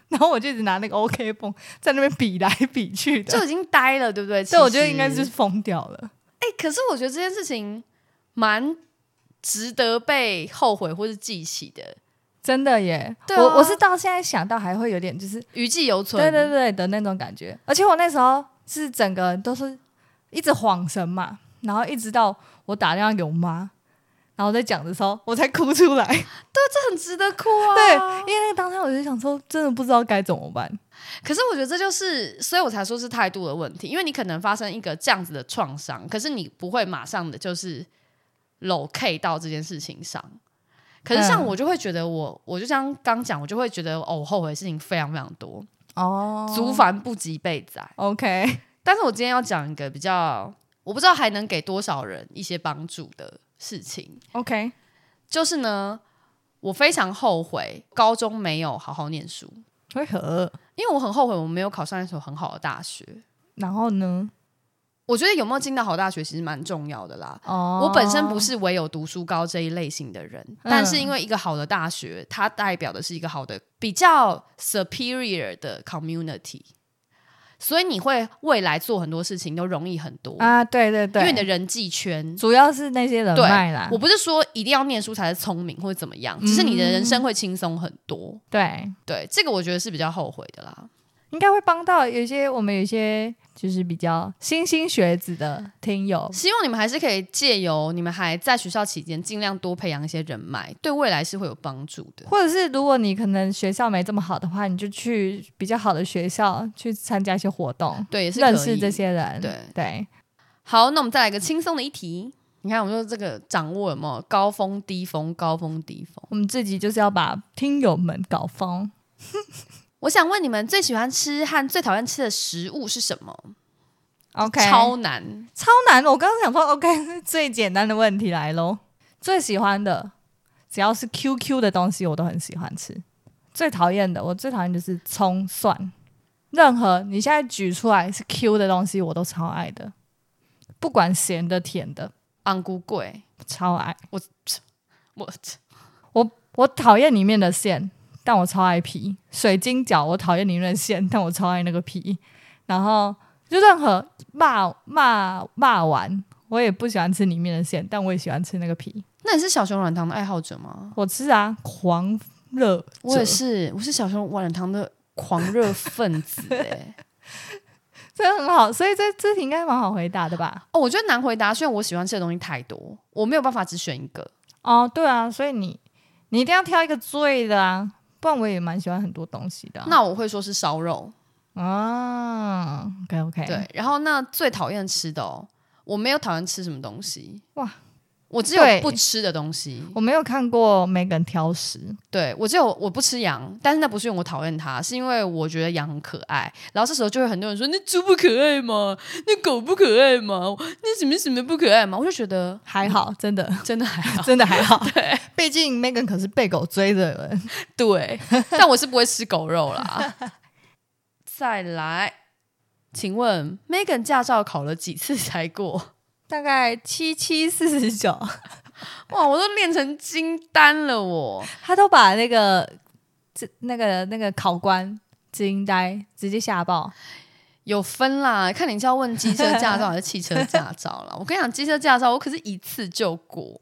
S2: 然后我就一直拿那个 OK 泵在那边比来比去的，
S1: 就已经呆了，对不对？
S2: 所以我觉得
S1: 其实
S2: 应该就是疯掉了。
S1: 哎、可是我觉得这件事情蛮值得被后悔或是记起的。
S2: 真的耶，
S1: 对啊
S2: 我我是到现在想到还会有点就是
S1: 余悸犹存。
S2: 对对对的那种感觉。而且我那时候是整个人都是一直晃神嘛，然后一直到我打电话给我妈，然后在讲的时候，我才哭出来。
S1: 啊这很值得哭啊。
S2: 对，因为那个当下我就想说，真的不知道该怎么办。
S1: 可是我觉得这就是，所以我才说是态度的问题，因为你可能发生一个这样子的创伤，可是你不会马上的就是搂 K 到这件事情上。可是像
S2: 嗯
S1: 我就会觉得我，我就像刚讲，我就会觉得哦，我后悔的事情非常非常多，
S2: 哦
S1: 足凡不及被宰。
S2: OK，
S1: 但是我今天要讲一个比较，我不知道还能给多少人一些帮助的事情，
S2: OK，
S1: 就是呢，我非常后悔高中没有好好念书，
S2: 会合。
S1: 因为我很后悔我没有考上一所很好的大学。
S2: 然后呢？
S1: 我觉得有没有进到好大学其实蛮重要的啦。
S2: 哦嗯
S1: 我本身不是唯有读书高这一类型的人，但是因为一个好的大学，它代表的是一个好的、比较 superior 的 community，所以你会未来做很多事情都容易很多，
S2: 啊，对对对，
S1: 因为你的人际圈。
S2: 主要是那些人
S1: 对
S2: 脉啦，
S1: 我。不是说一定要念书才是聪明或者怎么
S2: 嗯
S1: 样，只是你的人生会轻松很多。
S2: 对，
S1: 对，这个我觉得是比较后悔的啦。
S2: 应该会帮到有一些我们有一些就是比较新兴学子的听友，
S1: 希望你们还是可以借由你们还在学校期间，尽量多培养一些人脉，对未来是会有帮助的。
S2: 或者是如果你可能学校没这么好的话，你就去比较好的学校去参加一些活动，
S1: 对，也是
S2: 认
S1: 可
S2: 识
S1: 以
S2: 这。些人。
S1: 对
S2: 对，
S1: 好，那我们再来一个轻松的一题。你看，我们说这个掌握有没有高峰、低峰、高峰、低峰？
S2: 我们自己就是要把听友们搞疯。
S1: 我想问你们，最喜欢吃和最讨厌吃的食物是什么
S2: OK，
S1: 超难，
S2: 超难的。我刚刚想说，OK，是 最简单的问题来喽。最喜欢的，只要是 QQ 的东西，我都很喜欢吃。最讨厌的，我最讨厌就是葱蒜，任何你现在举出来是 Q 的东西，我都超爱的，不管咸的甜的，
S1: 昂咕贵，
S2: 超爱。
S1: 我
S2: 我讨厌里面的馅，但我超爱皮。水晶饺我讨厌里面的馅，但我超爱那个皮。然后就任何骂骂骂丸，我也不喜欢吃里面的馅，但我也喜欢吃那个皮。
S1: 那你是小熊软糖的爱好者吗？
S2: 我吃啊，狂热者，
S1: 我也是，我是小熊软糖的狂热分 子哎、
S2: 这很好，所以这这题应该蛮好回答的吧？
S1: 哦，我觉得难回答，虽然我喜欢吃的东西太多，我没有办法只选一个。
S2: 哦，对啊，所以你你一定要挑一个最的啊，不然我也蛮喜欢很多东西的啊、
S1: 那我会说是烧肉，
S2: 啊，OK OK，
S1: 对。然后那最讨厌吃的哦，我没有讨厌吃什么东西，哇
S2: 哇，
S1: 我只有
S2: 对
S1: 不吃的东西。
S2: 我没有看过 Megan 挑食，
S1: 对我只有我不吃羊，但是那不是因为我讨厌它，是因为我觉得羊很可爱。然后这时候就会很多人说：“那猪不可爱吗？那狗不可爱吗？那什么什么不可爱吗？”我就 觉得
S2: 还好，真的。
S1: 真的还好，
S2: 真的还好。嗯 对，毕竟 Megan 可是被狗追的人。
S1: 对，但我是不会吃狗 肉啦。再来，请问 Megan 驾照考了几次才过？
S2: 大概七七四十九，
S1: 哇，我都练成金丹了我。
S2: 他都把那个这那个那个考官惊呆，直接吓爆。
S1: 有分啦，看你是要问机车驾照还是汽车驾 照啦。我跟你讲，机车驾照我可是一次就过。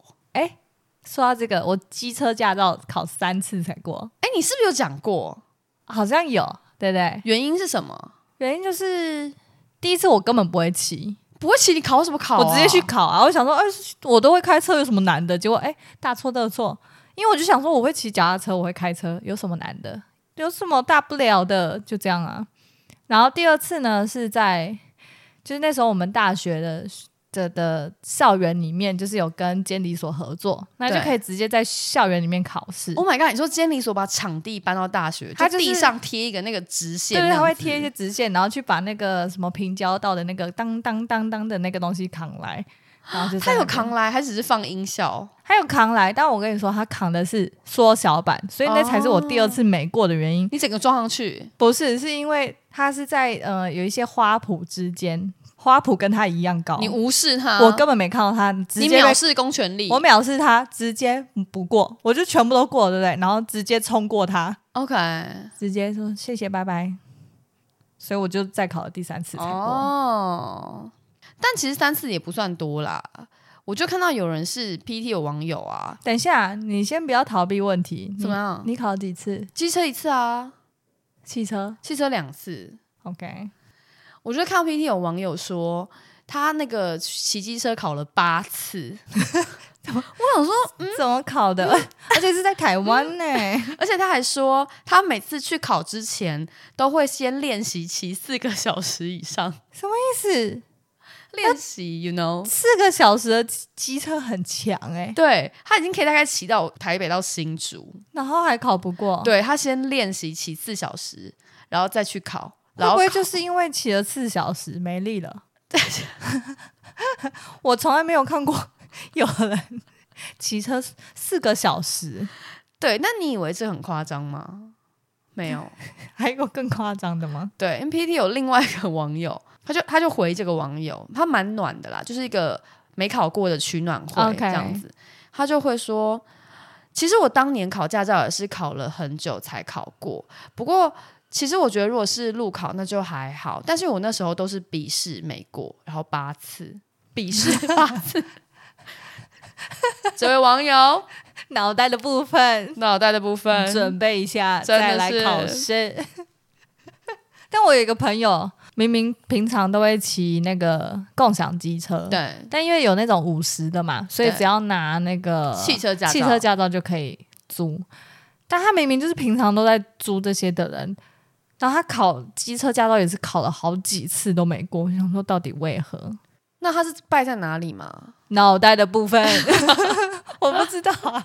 S2: 说到这个，我机车驾照考三次才过，
S1: 哎、你是不是有讲过
S2: 好像有，对不对？
S1: 原因是什么？
S2: 原因就是第一次我根本不会骑，
S1: 不会骑，你考什么考、啊？
S2: 我直接去考啊！我想说，哎、我都会开车，有什么难的？结果哎、大错特错，因为我就想说，我会骑脚踏车，我会开车，有什么难的？有什么大不了的？就这样啊。然后第二次呢，是在就是那时候我们大学的的的校园里面，就是有跟监理所合作，那就
S1: 对
S2: 可以直接在校园里面考试。
S1: Oh my god！你说监理所把场地搬到大学，
S2: 它
S1: 就
S2: 就是
S1: 地上贴一个那个直线
S2: 对
S1: 那
S2: 对，
S1: 样子，
S2: 他会贴一些直线，然后去把那个什么平交道的那个当当当当的那个东西扛来，然后就在
S1: 他有
S2: 那边
S1: 扛来，还只是放音效？
S2: 他有扛来，但我跟你说，他扛的是缩小版，所以那才是我第二次没过的原因。
S1: 你整个装上去，
S2: 不是，是因为他是在呃有一些花圃之间，花圃跟他一样高，
S1: 你无视他，
S2: 我根本没看到他，直
S1: 你
S2: 接被
S1: 藐视公权力。
S2: 我藐视他，直接不过，我就全部都过，对不对？然后直接冲过他，
S1: OK，
S2: 直接说谢谢拜拜。所以我就
S1: 哦
S2: 再考了第三次才过。
S1: 哦，但其实三次也不算多啦。我就看到有人是 PT 有网友啊，
S2: 等一下，你先不要逃避问题。
S1: 怎么
S2: 你
S1: 样？
S2: 你考几次
S1: 机车一次啊，
S2: 汽车
S1: 汽车两次。
S2: ？OK，
S1: 我就看到 PT 有网友说，他那个骑机车考了八次， 我想说，
S2: 怎么考的？
S1: 嗯
S2: 而且是在台 湾呢、
S1: 而且他还说，他每次去考之前都会先练习骑四个小时以上，
S2: 什么意思？
S1: 练习，you know。
S2: 四个小时的机机车很强哎、
S1: 对他已经可以大概骑到台北到新竹，
S2: 然后还考不过。，
S1: 对他先练习骑四小时，然后再去考，然
S2: 会
S1: 后
S2: 不会
S1: 考
S2: 就是因为骑了四小时没力了？ 我从来没有看过有人骑车四个小时，
S1: 对？那你以为这很夸张吗？没有，
S2: 还有更夸张的吗？
S1: 对 NPT 有另外一个网友，他就他就回这个网友，他蛮暖的啦，就是一个没考过的取暖会
S2: OK
S1: 这样子，他就会说，其实我当年考驾照也是考了很久才考过，不过。其实我觉得，如果是路考，那就还好。但是我那时候都是笔试没过，然后八次笔试八次。这位网友，
S2: 脑袋的部分
S1: 脑袋的部分，
S2: 准备一下
S1: 真的
S2: 再来
S1: 是
S2: 考试。 但我有一个朋友，明明平常都会骑那个共享机车，，
S1: 对
S2: 但因为有那种五十的嘛，所以
S1: 对
S2: 只要拿那个
S1: 汽车驾照，
S2: 汽车驾照就可以租。但他明明就是平常都在租这些的人，然后他考机车驾照也是考了好几次都没过，我想说到底为何？
S1: 那他是败在哪里嘛？
S2: 脑袋的部 分我不知道啊、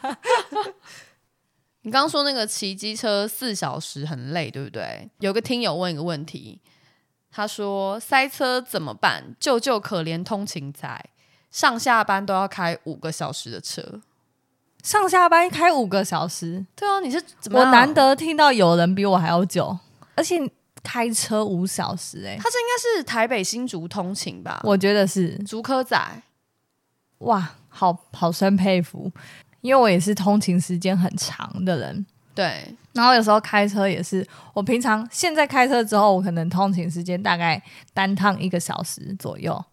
S1: 你刚刚说那个骑机车四小时很累，对不对？有个听友问一个问题，他说塞车怎么办？救救可怜通勤仔，上下班都要开五个小时的车。
S2: 上下班开五个小时，
S1: 对啊，你是怎么
S2: 我
S1: 样？
S2: 难得听到有人比我还要久，而且开车五小时、欸，
S1: 他这应该是台北新竹通勤吧？
S2: 我觉得是
S1: 竹科仔，
S2: 哇，好好生佩服，因为我也是通勤时间很长的人，
S1: 对
S2: 然后有时候开车也是，我平常现在开车之后，我可能通勤时间大概单趟一个小时左右，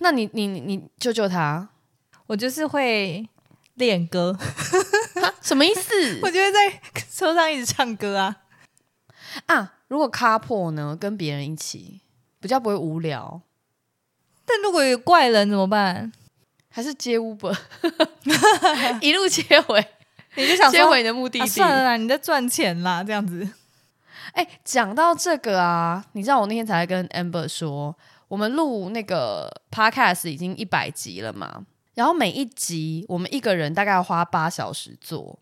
S1: 那你你你你救救他，
S2: 我就是会练歌，
S1: 什么意 思
S2: 我就会在车上一直唱歌啊。
S1: 啊？如果卡破呢，跟别人一起比较不会无聊，
S2: 但如果有怪人怎么办？
S1: 还是接 Uber，一路接 回
S2: 你就想
S1: 接
S2: 说。
S1: 回你的目的地。
S2: 啊、算了啦，你在赚钱啦，这样子。
S1: 哎，讲到这个啊，你知道我那天才跟 Amber 说，我们录那个 Podcast 已经一百集了嘛，然后每一集我们一个人大概要花八小时做，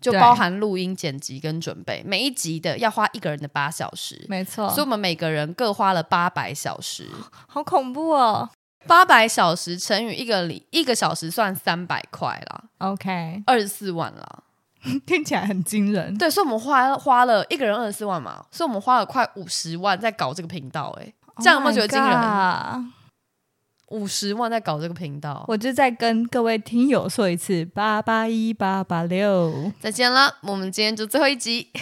S1: 就
S2: 对
S1: 包含录音、剪辑跟准备，每一集的要花一个人的八小时，
S2: 没错
S1: 所以我们每个人各花了八百小时，
S2: 好恐怖哦。
S1: 八百小时乘以一个里一个小时算三百块啦，
S2: OK，
S1: 二十四万啦。
S2: 听起来很惊人。
S1: 对，所以我们花花了一个人二十四万嘛，所以我们花了快五十万在搞这个频道、哎。这样有没有觉得惊人
S2: Oh my god
S1: 五十万在搞这个频道。
S2: 我就再跟各位听友说一次：八八一八八六。
S1: 再见啦，我们今天就最后一集。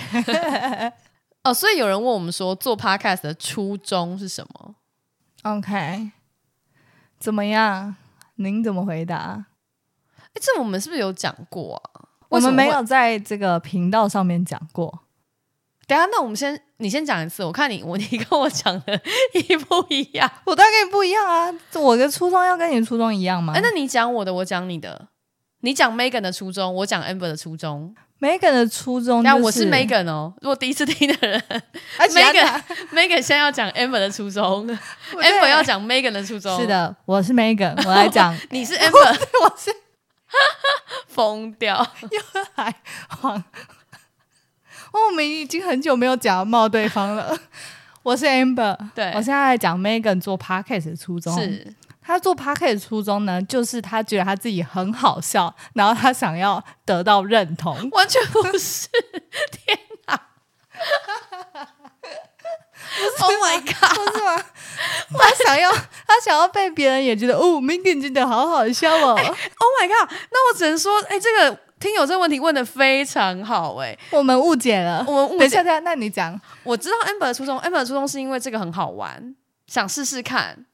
S1: 哦，所以有人问我们说，做 podcast 的初衷是什么？
S2: OK，怎么样？您怎么回答？
S1: 哎，这我们是不是有讲过啊？
S2: 我
S1: 为什
S2: 们
S1: 么
S2: 没
S1: 会
S2: 有在这个频道上面讲过。
S1: 等一下，那我们先你先讲一次，我看你我你跟我讲的 一不一样。
S2: 我当然跟你不一样啊，我的初衷要跟你初衷一样吗？
S1: 哎、那你讲我的，我讲你的。你讲 Megan 的初衷，我讲 Amber 的初衷。
S2: Megan 的初衷、
S1: 但、
S2: 就是，
S1: 我是 Megan 哦，如果第一次听的人
S2: 而且
S1: Megan，Megan 先要讲 Amber 的初衷 ，Amber 要讲 Megan 的初衷。
S2: 是，的，我是 Megan，我来讲，
S1: 你 是 Amber
S2: 我是
S1: 疯掉。
S2: 海皇。哦，我们已经很久没有讲冒对方了。 我是 Amber，
S1: 对
S2: 我现在来讲 Megan 做 podcast 的初衷。
S1: 是，
S2: 他做 p a r k e t 的初衷呢，就是他觉得他自己很好笑，然后他想要得到认 同。
S1: 完全不是，天哪！Oh my god！
S2: 不是吗？他想要，他想要被别人也觉得哦，Megan 真的好好笑 哦。
S1: Oh my god！那我只能说，哎、这个听友这个问题问的非常好、哎，
S2: 我们误解了
S1: 我。们误
S2: 等一
S1: 解
S2: 下，。等一下，那你讲，
S1: 我知道 Amber 的初衷，Amber 的初衷是因为这个很好玩，想试试看，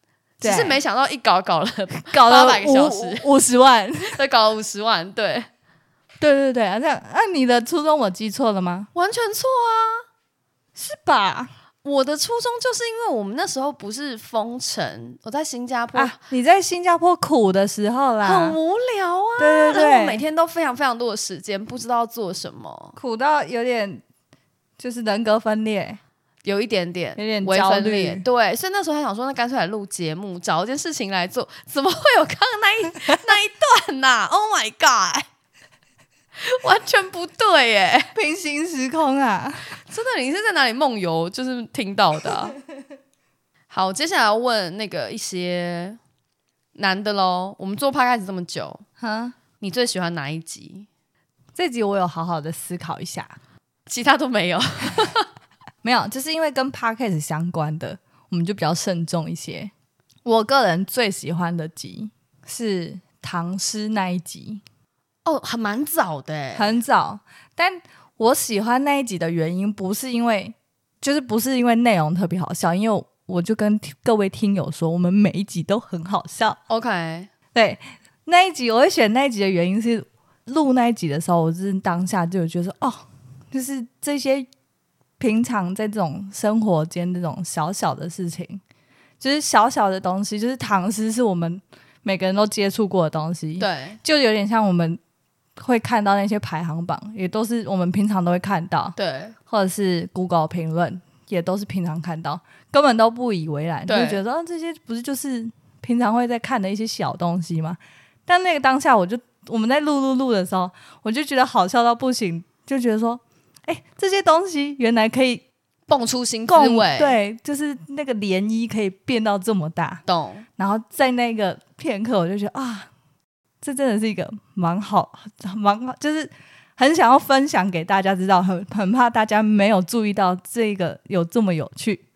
S1: 只是
S2: 对
S1: 没想到一搞搞了，
S2: 搞
S1: 八
S2: 了
S1: 百个
S2: 五
S1: 小时
S2: 五十 万，
S1: 再搞了五十万，对，
S2: 对对对，啊，这样，那、你的初衷我记错了吗？
S1: 完全错啊！
S2: 是吧？
S1: 我的初衷就是因为我们那时候不是封城，我在新加坡、
S2: 啊，你在新加坡苦的时候啦，
S1: 很无聊啊，
S2: 对对对，
S1: 然后每天都非常非常多的时间，不知道做什么，
S2: 苦到有点就是人格分裂，
S1: 有一点点
S2: 有点
S1: 微
S2: 焦
S1: 分
S2: 虑
S1: 裂，对，所以那时候还想说，那干脆来录节目，找一件事情来做，怎么会有刚刚 那一那一段呐、o h my god！完全不对耶！
S2: 平行时空啊，
S1: 真的，你是在哪里梦游？就是听到的 啊、好，接下来要问那个一些男的喽。我们做 p 开始这么久，
S2: 哈，
S1: 你最喜欢哪一集？
S2: 这集我有好好的思考一下，
S1: 其他都没有。
S2: 没有，就是因为跟 podcast 相关的，我们就比较慎重一些。我个人最喜欢的集是唐诗那一集，
S1: 哦，还蛮早的耶，
S2: 很早，但我喜欢那一集的原因不是因为，就是不是因为内容特别好笑，因为我就跟各位听友说，我们每一集都很好笑。
S1: OK，
S2: 对，那一集我会选那一集的原因是，录那一集的时候，我是当下就有觉得说哦，就是这些平常在这种生活间这种小小的事情，就是小小的东西，就是唐诗是我们每个人都接触过的东西，，
S1: 对
S2: 就有点像我们会看到那些排行榜，也都是我们平常都会看到，
S1: 对
S2: 或者是 Google 评论，也都是平常看到，根本都不以为然，就
S1: 对
S2: 觉得、哦、这些不是就是平常会在看的一些小东西吗？但那个当下，我就我们在录录录的时候，我就觉得好笑到不行，就觉得说，哎、这些东西原来可以
S1: 蹦出新滋
S2: 共
S1: 味，，
S2: 对，就是那个涟漪可以变到这么大。
S1: 懂。
S2: 然后在那个片刻，我就觉得啊，这真的是一个蛮好、蛮好，就是很想要分享给大家知道，很很怕大家没有注意到这个有这么有趣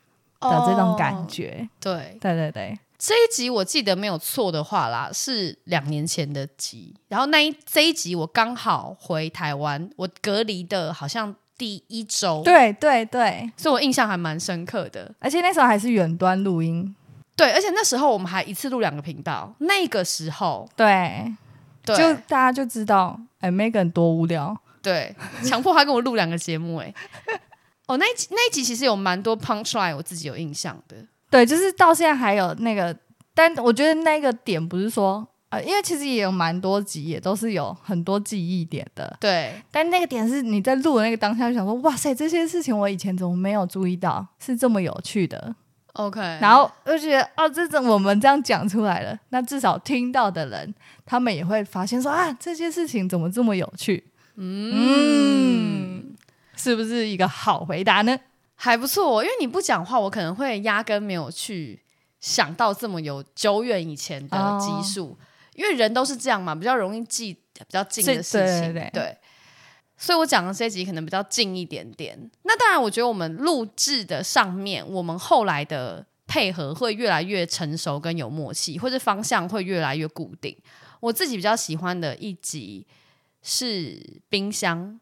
S1: 哦
S2: 的这种感觉。
S1: 对，
S2: 对对对，
S1: 这一集我记得没有错的话啦，是两年前的集。然后那一这一集我刚好回台湾，我隔离的好像第一周，，
S2: 对对对，
S1: 所以我印象还蛮深刻的。
S2: 而且那时候还是远端录音，
S1: 对，而且那时候我们还一次录两个频道，那个时候，
S2: 对，
S1: 对，
S2: 就大家就知道，哎，Megan 多无聊，
S1: 对，强迫他跟我录两个节目、欸，哎。哦，那一集那一集其实有蛮多 punchline，我自己有印象的。
S2: 对，就是到现在还有那个，但我觉得那个点不是说。呃，因为其实也有蛮多集，也都是有很多记忆点的，
S1: 对，
S2: 但那个点是你在录的那个当下就想说，哇塞，这些事情我以前怎么没有注意到，是这么有趣的。
S1: OK，
S2: 然后就觉得，哦，这种我们这样讲出来了，那至少听到的人，他们也会发现说，啊，这些事情怎么这么有趣？嗯，是不是一个好回答呢？
S1: 还不错，哦因为你不讲话，我可能会压根没有去想到这么有久远以前
S2: 哦
S1: 的基数，因为人都是这样嘛，比较容易记比较近的事
S2: 是
S1: 情，
S2: 对对对
S1: 所以我讲的这一集可能比较近一点点。那当然，我觉得我们录制的上面，我们后来的配合会越来越成熟跟有默契，或者方向会越来越固定。我自己比较喜欢的一集是冰箱，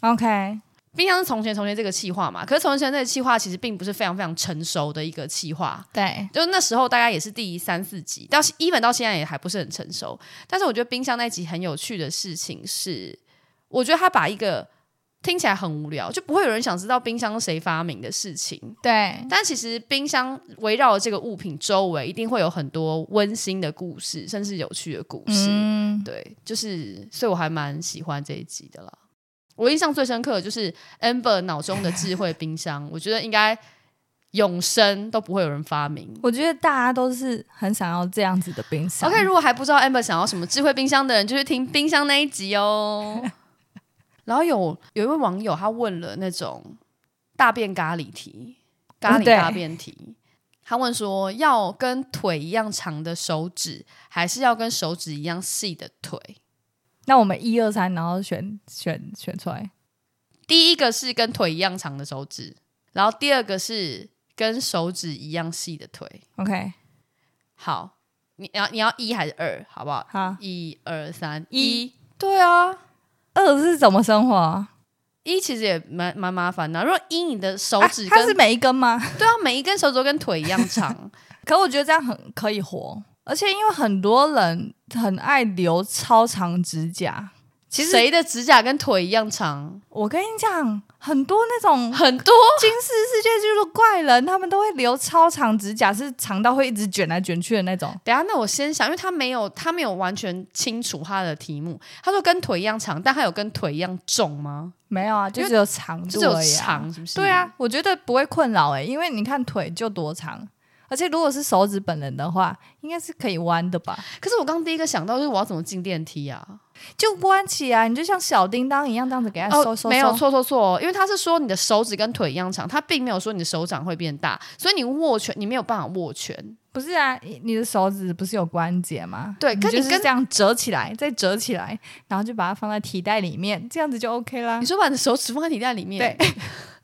S2: OK，
S1: 冰箱是从前从前这个企划嘛，可是从前从前这个企划其实并不是非常非常成熟的一个企划，
S2: 对，
S1: 就那时候大概也是第三四集，到 even 到现在也还不是很成熟。但是我觉得冰箱那集很有趣的事情是，我觉得他把一个听起来很无聊，就不会有人想知道冰箱是谁发明的事情，
S2: 对，
S1: 但其实冰箱围绕这个物品周围一定会有很多温馨的故事，甚至有趣的故事。
S2: 嗯，
S1: 对，就是，所以我还蛮喜欢这一集的啦。我印象最深刻的就是 Amber 脑中的智慧冰箱，我觉得应该永生都不会有人发明。
S2: 我觉得大家都是很想要这样子的冰箱。
S1: OK，如果还不知道 Amber 想要什么智慧冰箱的人，就去听冰箱那一集 哦。然后有有一位网友他问了那种大便咖喱题，咖
S2: 嗯
S1: 喱
S2: 对
S1: 大便题，他问说要跟腿一样长的手指，还是要跟手指一样细的腿？
S2: 那我们一二三，然后选选选出来。
S1: 第一个是跟腿一样长的手指，然后第二个是跟手指一样细的腿。
S2: OK，
S1: 好，你要你要一还是二，好不好？
S2: 好，
S1: 一二三，
S2: 一
S1: 一，对啊，
S2: 二是怎么生活啊？
S1: 一其实也蛮蛮麻烦的啊。如果一你的手指
S2: 啊它
S1: 跟、
S2: 是每一根吗？
S1: 对啊，每一根手指都跟腿一样长，
S2: 可我觉得这样很可以活，而且因为很多人很爱留超长指甲， 其实
S1: 谁的指甲跟腿一样长？
S2: 我跟你讲，很多那 种
S1: 很多，
S2: 金氏世界就是怪人，他们都会留超长指甲，是长到会一直卷来卷去的那种。
S1: 等一下，那我先想，因为他没有，他没有完全清楚他的题目。他说跟腿一样长，但他有跟腿一样重吗？
S2: 没有啊，就
S1: 因为
S2: 只有长度
S1: 就是有
S2: 而已、啊。
S1: 长，是不是？
S2: 对，啊，我觉得不会困扰哎、因为你看腿就多长，而且如果是手指本人的话，应该是可以弯的吧？
S1: 可是我刚刚第一个想到就是我要怎么进电梯啊？
S2: 就弯起来，你就像小叮当一样，这样子
S1: 哎
S2: 给它收收收。
S1: 哦没有错错错，哦因为他是说你的手指跟腿一样长，他并没有说你的手掌会变大，所以你握拳你没有办法握拳。
S2: 不是啊，你你的手指不是有关节吗？
S1: 对
S2: 你
S1: 可你
S2: 就是
S1: 跟
S2: 这样折起来，再折起来，然后就把它放在提袋里面，这样子就 OK 啦
S1: 你。说把你的手指放在你袋里面，对，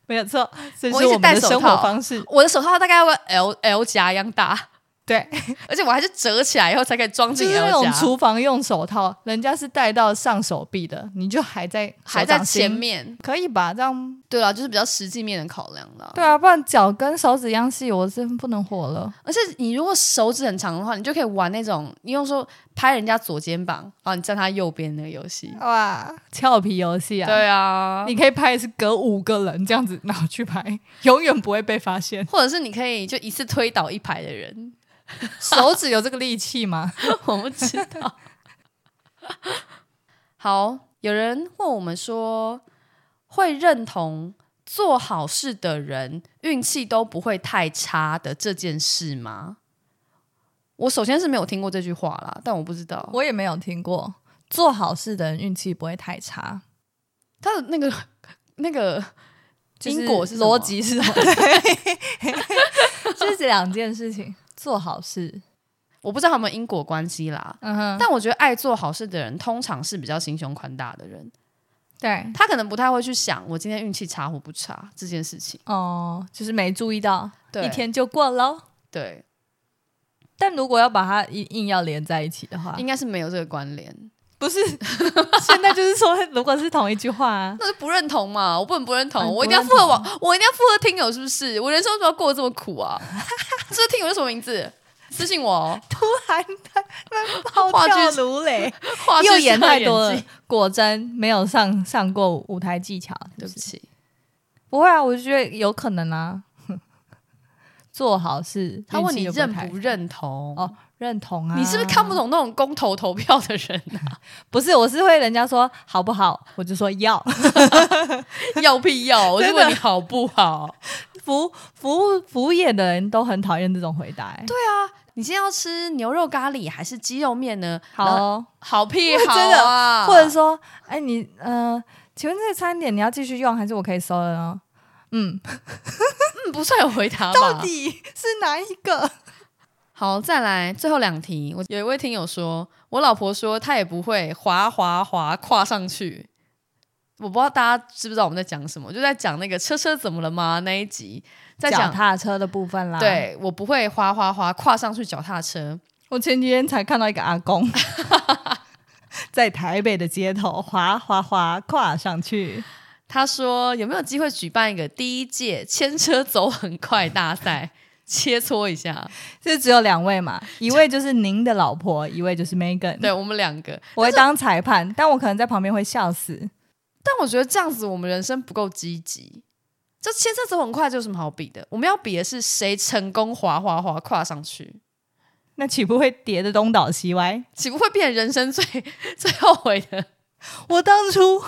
S2: 没有错，这
S1: 我
S2: 是
S1: 一
S2: 我
S1: 直
S2: 们
S1: 戴
S2: 的
S1: 手
S2: 生活
S1: 套
S2: 方式。
S1: 我的手套大概要跟 L L 夹一样大，
S2: 对，
S1: 而且我还是折起来以后才可以装
S2: 就
S1: 进
S2: 是那
S1: L
S2: 种
S1: 夹，
S2: 厨房用手套，人家是戴到上手臂的，你就还在
S1: 还在
S2: 手掌心
S1: 前，面。
S2: 可以吧？这样
S1: 对啊，就是比较实际面的考量啦。
S2: 对啊，不然脚跟手指一样细，我真不能活了。
S1: 而且你如果手指很长的话，你就可以玩那种，你用说拍人家左肩膀，然后你站他右边那个游戏。
S2: 哇，俏皮游戏啊！
S1: 对啊，。
S2: 你可以拍是隔五个人这样子，然后去拍，永远不会被发现
S1: 或者是你可以就一次推倒一排的人，
S2: 手指有这个力气吗？
S1: 我不知道。 好，有人问我们说，会认同做好事的人运气都不会太差的这件事吗？我首先是没有听过这句话啦，但我不知道
S2: 我也没有听过，做好事的人运气不会太差。
S1: 他的那个那个
S2: 就是
S1: 因果是什么
S2: 逻辑是什 么？ 就是这两件事情，做好事，
S1: 我不知道他们因果关系啦。
S2: 嗯哼，
S1: 但我觉得爱做好事的人，通常是比较心胸宽大的人，
S2: 对，
S1: 他可能不太会去想我今天运气差或不差这件事情。
S2: 哦，就是没注意到，
S1: 对，
S2: 一天就过喽。
S1: 对，
S2: 但如果要把它硬硬要连在一起的话，
S1: 应该是没有这个关联，
S2: 嗯不是现在就是说，如果是同一句话、啊，
S1: 那就不认同嘛，我不能不认同，
S2: 啊你不
S1: 我一定要
S2: 认
S1: 附
S2: 同
S1: 和网，我一定要附和听友，是不是？我人生为什么要过得这么苦啊？ 这个听友是什么名字？私信我哦，
S2: 突然他他抛
S1: 话剧
S2: 跳如雷，
S1: 话剧
S2: 又
S1: 社
S2: 演太多
S1: 演
S2: 了
S1: 技，
S2: 果真没有上上过舞台技巧，
S1: 对不起。
S2: 不会啊，我觉得有可能啊。 做好事，
S1: 他问你
S2: 运气就
S1: 认
S2: 不会太
S1: 不认同？
S2: 哦认同啊？
S1: 你是不是看不？懂那种公投投票的 人啊、
S2: 不是，我是会人家说好不好，我就说要
S1: 要屁要！ 我就
S2: 真的
S1: 问你好不好？
S2: 服服务服务业的人都很讨厌这种回答、欸。
S1: 啊
S2: 对，
S1: 你今天要吃牛肉咖喱还是鸡肉面呢？
S2: 好
S1: 然后
S2: 哦、
S1: 好 屁好
S2: 真的
S1: 啊！
S2: 或者说，哎、你呃，请问这个餐点你要继续用还是我可以收了呢？嗯，
S1: 嗯，不算有回答吧？
S2: 到底是哪一个？
S1: 好，再来最后两题。我有一位听友说，我老婆说她也不会滑滑滑跨上去。我不知道大家知不知道我们在讲什么，就在讲那个车车怎么了吗那一集，在
S2: 脚
S1: 讲
S2: 踏车的部分啦。，
S1: 对我不会滑滑滑跨上去脚踏车，
S2: 我前几天才看到一个阿公。 在台北的街头滑滑滑跨上去，
S1: 他说有没有机会举办一个第一届牵车走很快大赛， 切磋一下？
S2: 就只有两位嘛，一位就是您的老婆，一位就是 Megan。
S1: 对我们两个，
S2: 我会当裁判，但我可能在旁边会笑死。
S1: 但我觉得这样子我们人生不够积极。就牵车走很快，这有什么好比的？我们要比的是谁成功滑滑滑跨上去。
S2: 那岂不会跌得东倒西歪？
S1: 岂不会变人生最 最后悔的？
S2: 我当初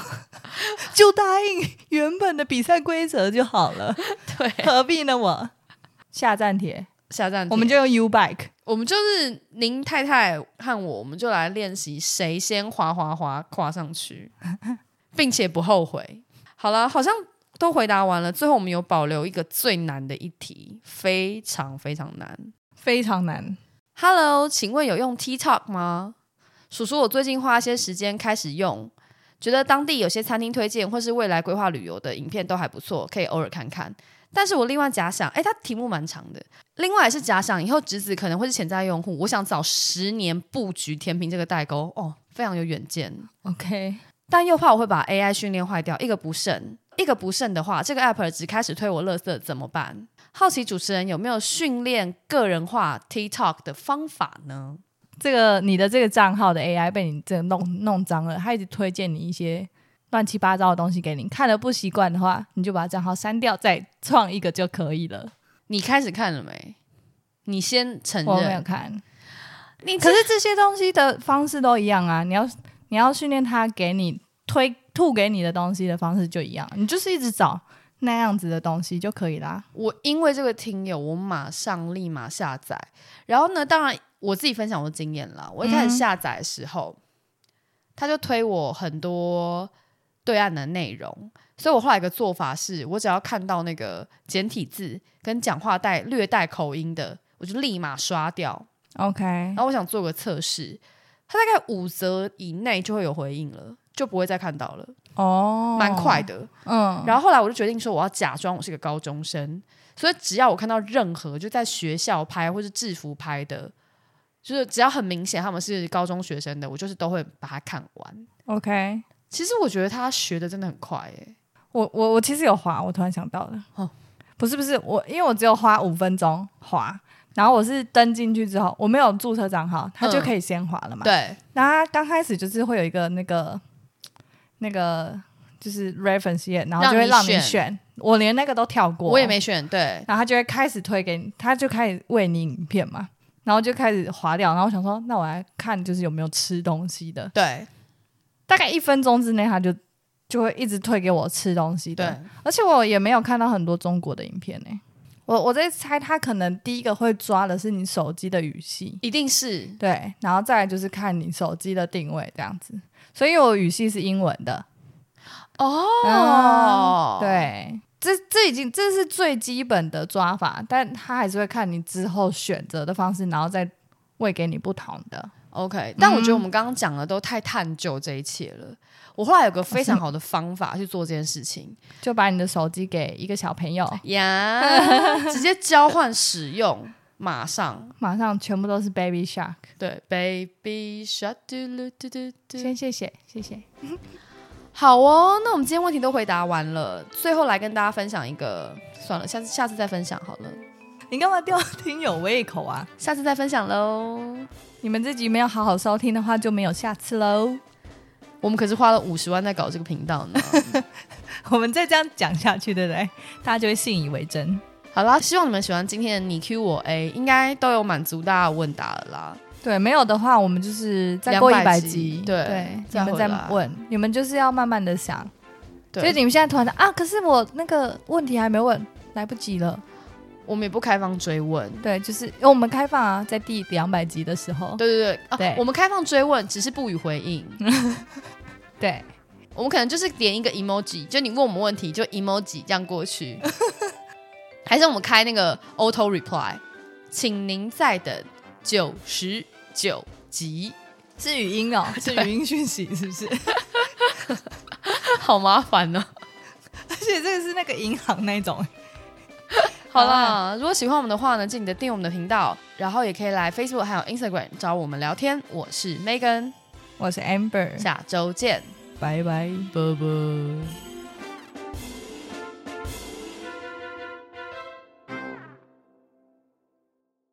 S2: 就答应原本的比赛规则就好了，
S1: 对，
S2: 何必呢我？下站帖，
S1: 下站
S2: 我们
S1: 就
S2: 就用 U Bike。
S1: 我们就是您太太和我，我们就来练习谁先滑滑滑跨上去，并且不后悔。好了，好像都回答完了，最后我们有保留一个最难的一题，非常非常难。
S2: 非常难，
S1: Hello，请问有用 TikTok 吗？叔叔，我最近花一些时间开始用，觉得当地有些餐厅推荐或是未来规划旅游的影片都还不错，可以偶尔看看。但是我另外假想，诶，它题目蛮长的。另外也是假想，以后侄子可能会是潜在用户，我想早十年布局甜品这个代沟，哦，非常有远见。
S2: OK，
S1: 但又怕我会把 AI 训练坏掉，一个不慎，一个不慎的话，这个 app 只开始推我垃圾怎么办？好奇主持人有没有训练个人化 TikTok 的方法呢？
S2: 这个你的这个账号的 AI 被你这个弄弄脏了，它一直推荐你一些乱七八糟的东西给你，看了不习惯的话，你就把账号删掉，再创一个就可以了。
S1: 你开始看了没？你先承
S2: 我没有
S1: 认，
S2: 看，
S1: 你
S2: 可是这些东西的方式都一样啊，你要你要训练它给你推吐给你的东西的方式就一样，你就是一直找那样子的东西就可以啦。
S1: 我因为这个听友，我马上立马下载。然后呢，当然我自己分享我的经验啦。我一开始下载的时候，他就推我很多对岸的内容，所以我后来有个做法是，我只要看到那个简体字跟讲话带略带口音的，我就立马刷掉。
S2: OK，
S1: 然后我想做个测试，它大概五折以内就会有回应了，就不会再看到了，
S2: 哦
S1: 蛮快，的。
S2: 嗯，
S1: 然后后来我就决定说，我要假装我是个高中生，所以只要我看到任何就在学校拍或是制服拍的，就是只要很明显他们是高中学生的，我就是都会把它看完。
S2: OK，
S1: 其实我觉得他学的真的很快欸耶、
S2: 我我我其实有滑，我突然想到了，
S1: 哦
S2: 哦，不是不是，我因为我只有花五分钟滑，然后我是登进去之后，我没有注册账号，它就可以先滑了嘛。
S1: 嗯对，
S2: 然后它刚开始就是会有一个那个那个就是 reference 页，然后就会
S1: 让
S2: 让
S1: 你
S2: 你
S1: 选
S2: 选，我连那个都跳过，
S1: 我也没选对。
S2: 然后他就会开始推给你，他就开始喂你影片嘛，然后就开始划掉，然后我想说，那我来看就是有没有吃东西的，
S1: 对
S2: 大概一分钟之内他就就会一直推给我吃东西的
S1: 对，，
S2: 而且我也没有看到很多中国的影片呢、欸我我在猜他可能第一个会抓的是你手机的语系，
S1: 一定是
S2: 对，然后再来就是看你手机的定位这样子，所以我语系是英文的，嗯
S1: 哦、，
S2: 对，这这已经这是最基本的抓法，但他还是会看你之后选择的方式，然后再喂给你不同的。
S1: OK，但我觉得我们刚刚讲的都太探究这一切了。我后来有个非常好的方法去做这件事情，
S2: 就把你的手机给一个小朋友，
S1: 呀， 直接交换使用，马上
S2: 马上全部都是 Baby Shark。
S1: 对，baby shark，嘟噜嘟嘟嘟。
S2: 先谢谢谢谢，
S1: 好哦，那我们今天问题都回答完了，最后来跟大家分享一个，算了，下次下次再分享好了，
S2: 你干嘛吊听友胃口啊？
S1: 下次再分享喽。
S2: 你们自己没有好好收听的话，就没有下次喽。
S1: 我们可是花了五十万在搞这个频道 呢。
S2: 我们再这样讲下去，对不对？大家就会信以为真。
S1: 好啦，希望你们喜欢今天的你 Q 我 A，应该都有满足大家的问答了啦。
S2: 对，没有的话，我们就是再过
S1: 200
S2: 一百
S1: 集
S2: 集，
S1: 对
S2: 你
S1: 再
S2: 们
S1: 回
S2: 再
S1: 来
S2: 问，你们就是要慢慢的想。所以
S1: 对，
S2: 你们现在突然的啊，可是我那个问题还没问，来不及了。
S1: 我们也不开放追问。
S2: 对，就是因为我们开放啊，在第两百集的时候，
S1: 对对对，啊、
S2: 对
S1: 我们开放追问，只是不予回应。
S2: 对
S1: 我们可能就是点一个 emoji，就你问我们问题就 emoji 这样过去， 还是我们开那个 auto reply，请您再等九十九集，
S2: 是语音 哦，是语音讯息，是不 是？
S1: 好麻烦哦呢、
S2: 而且这个是那个银行那种，好
S1: 好啦，
S2: 啦
S1: 如果喜欢我们的话呢，记得订阅我们的频道，然后也可以来 Facebook 还有 Instagram 找我们聊天。我是 Megan，
S2: 我是 Amber，
S1: 下周见，
S2: 拜拜。
S1: 拜拜。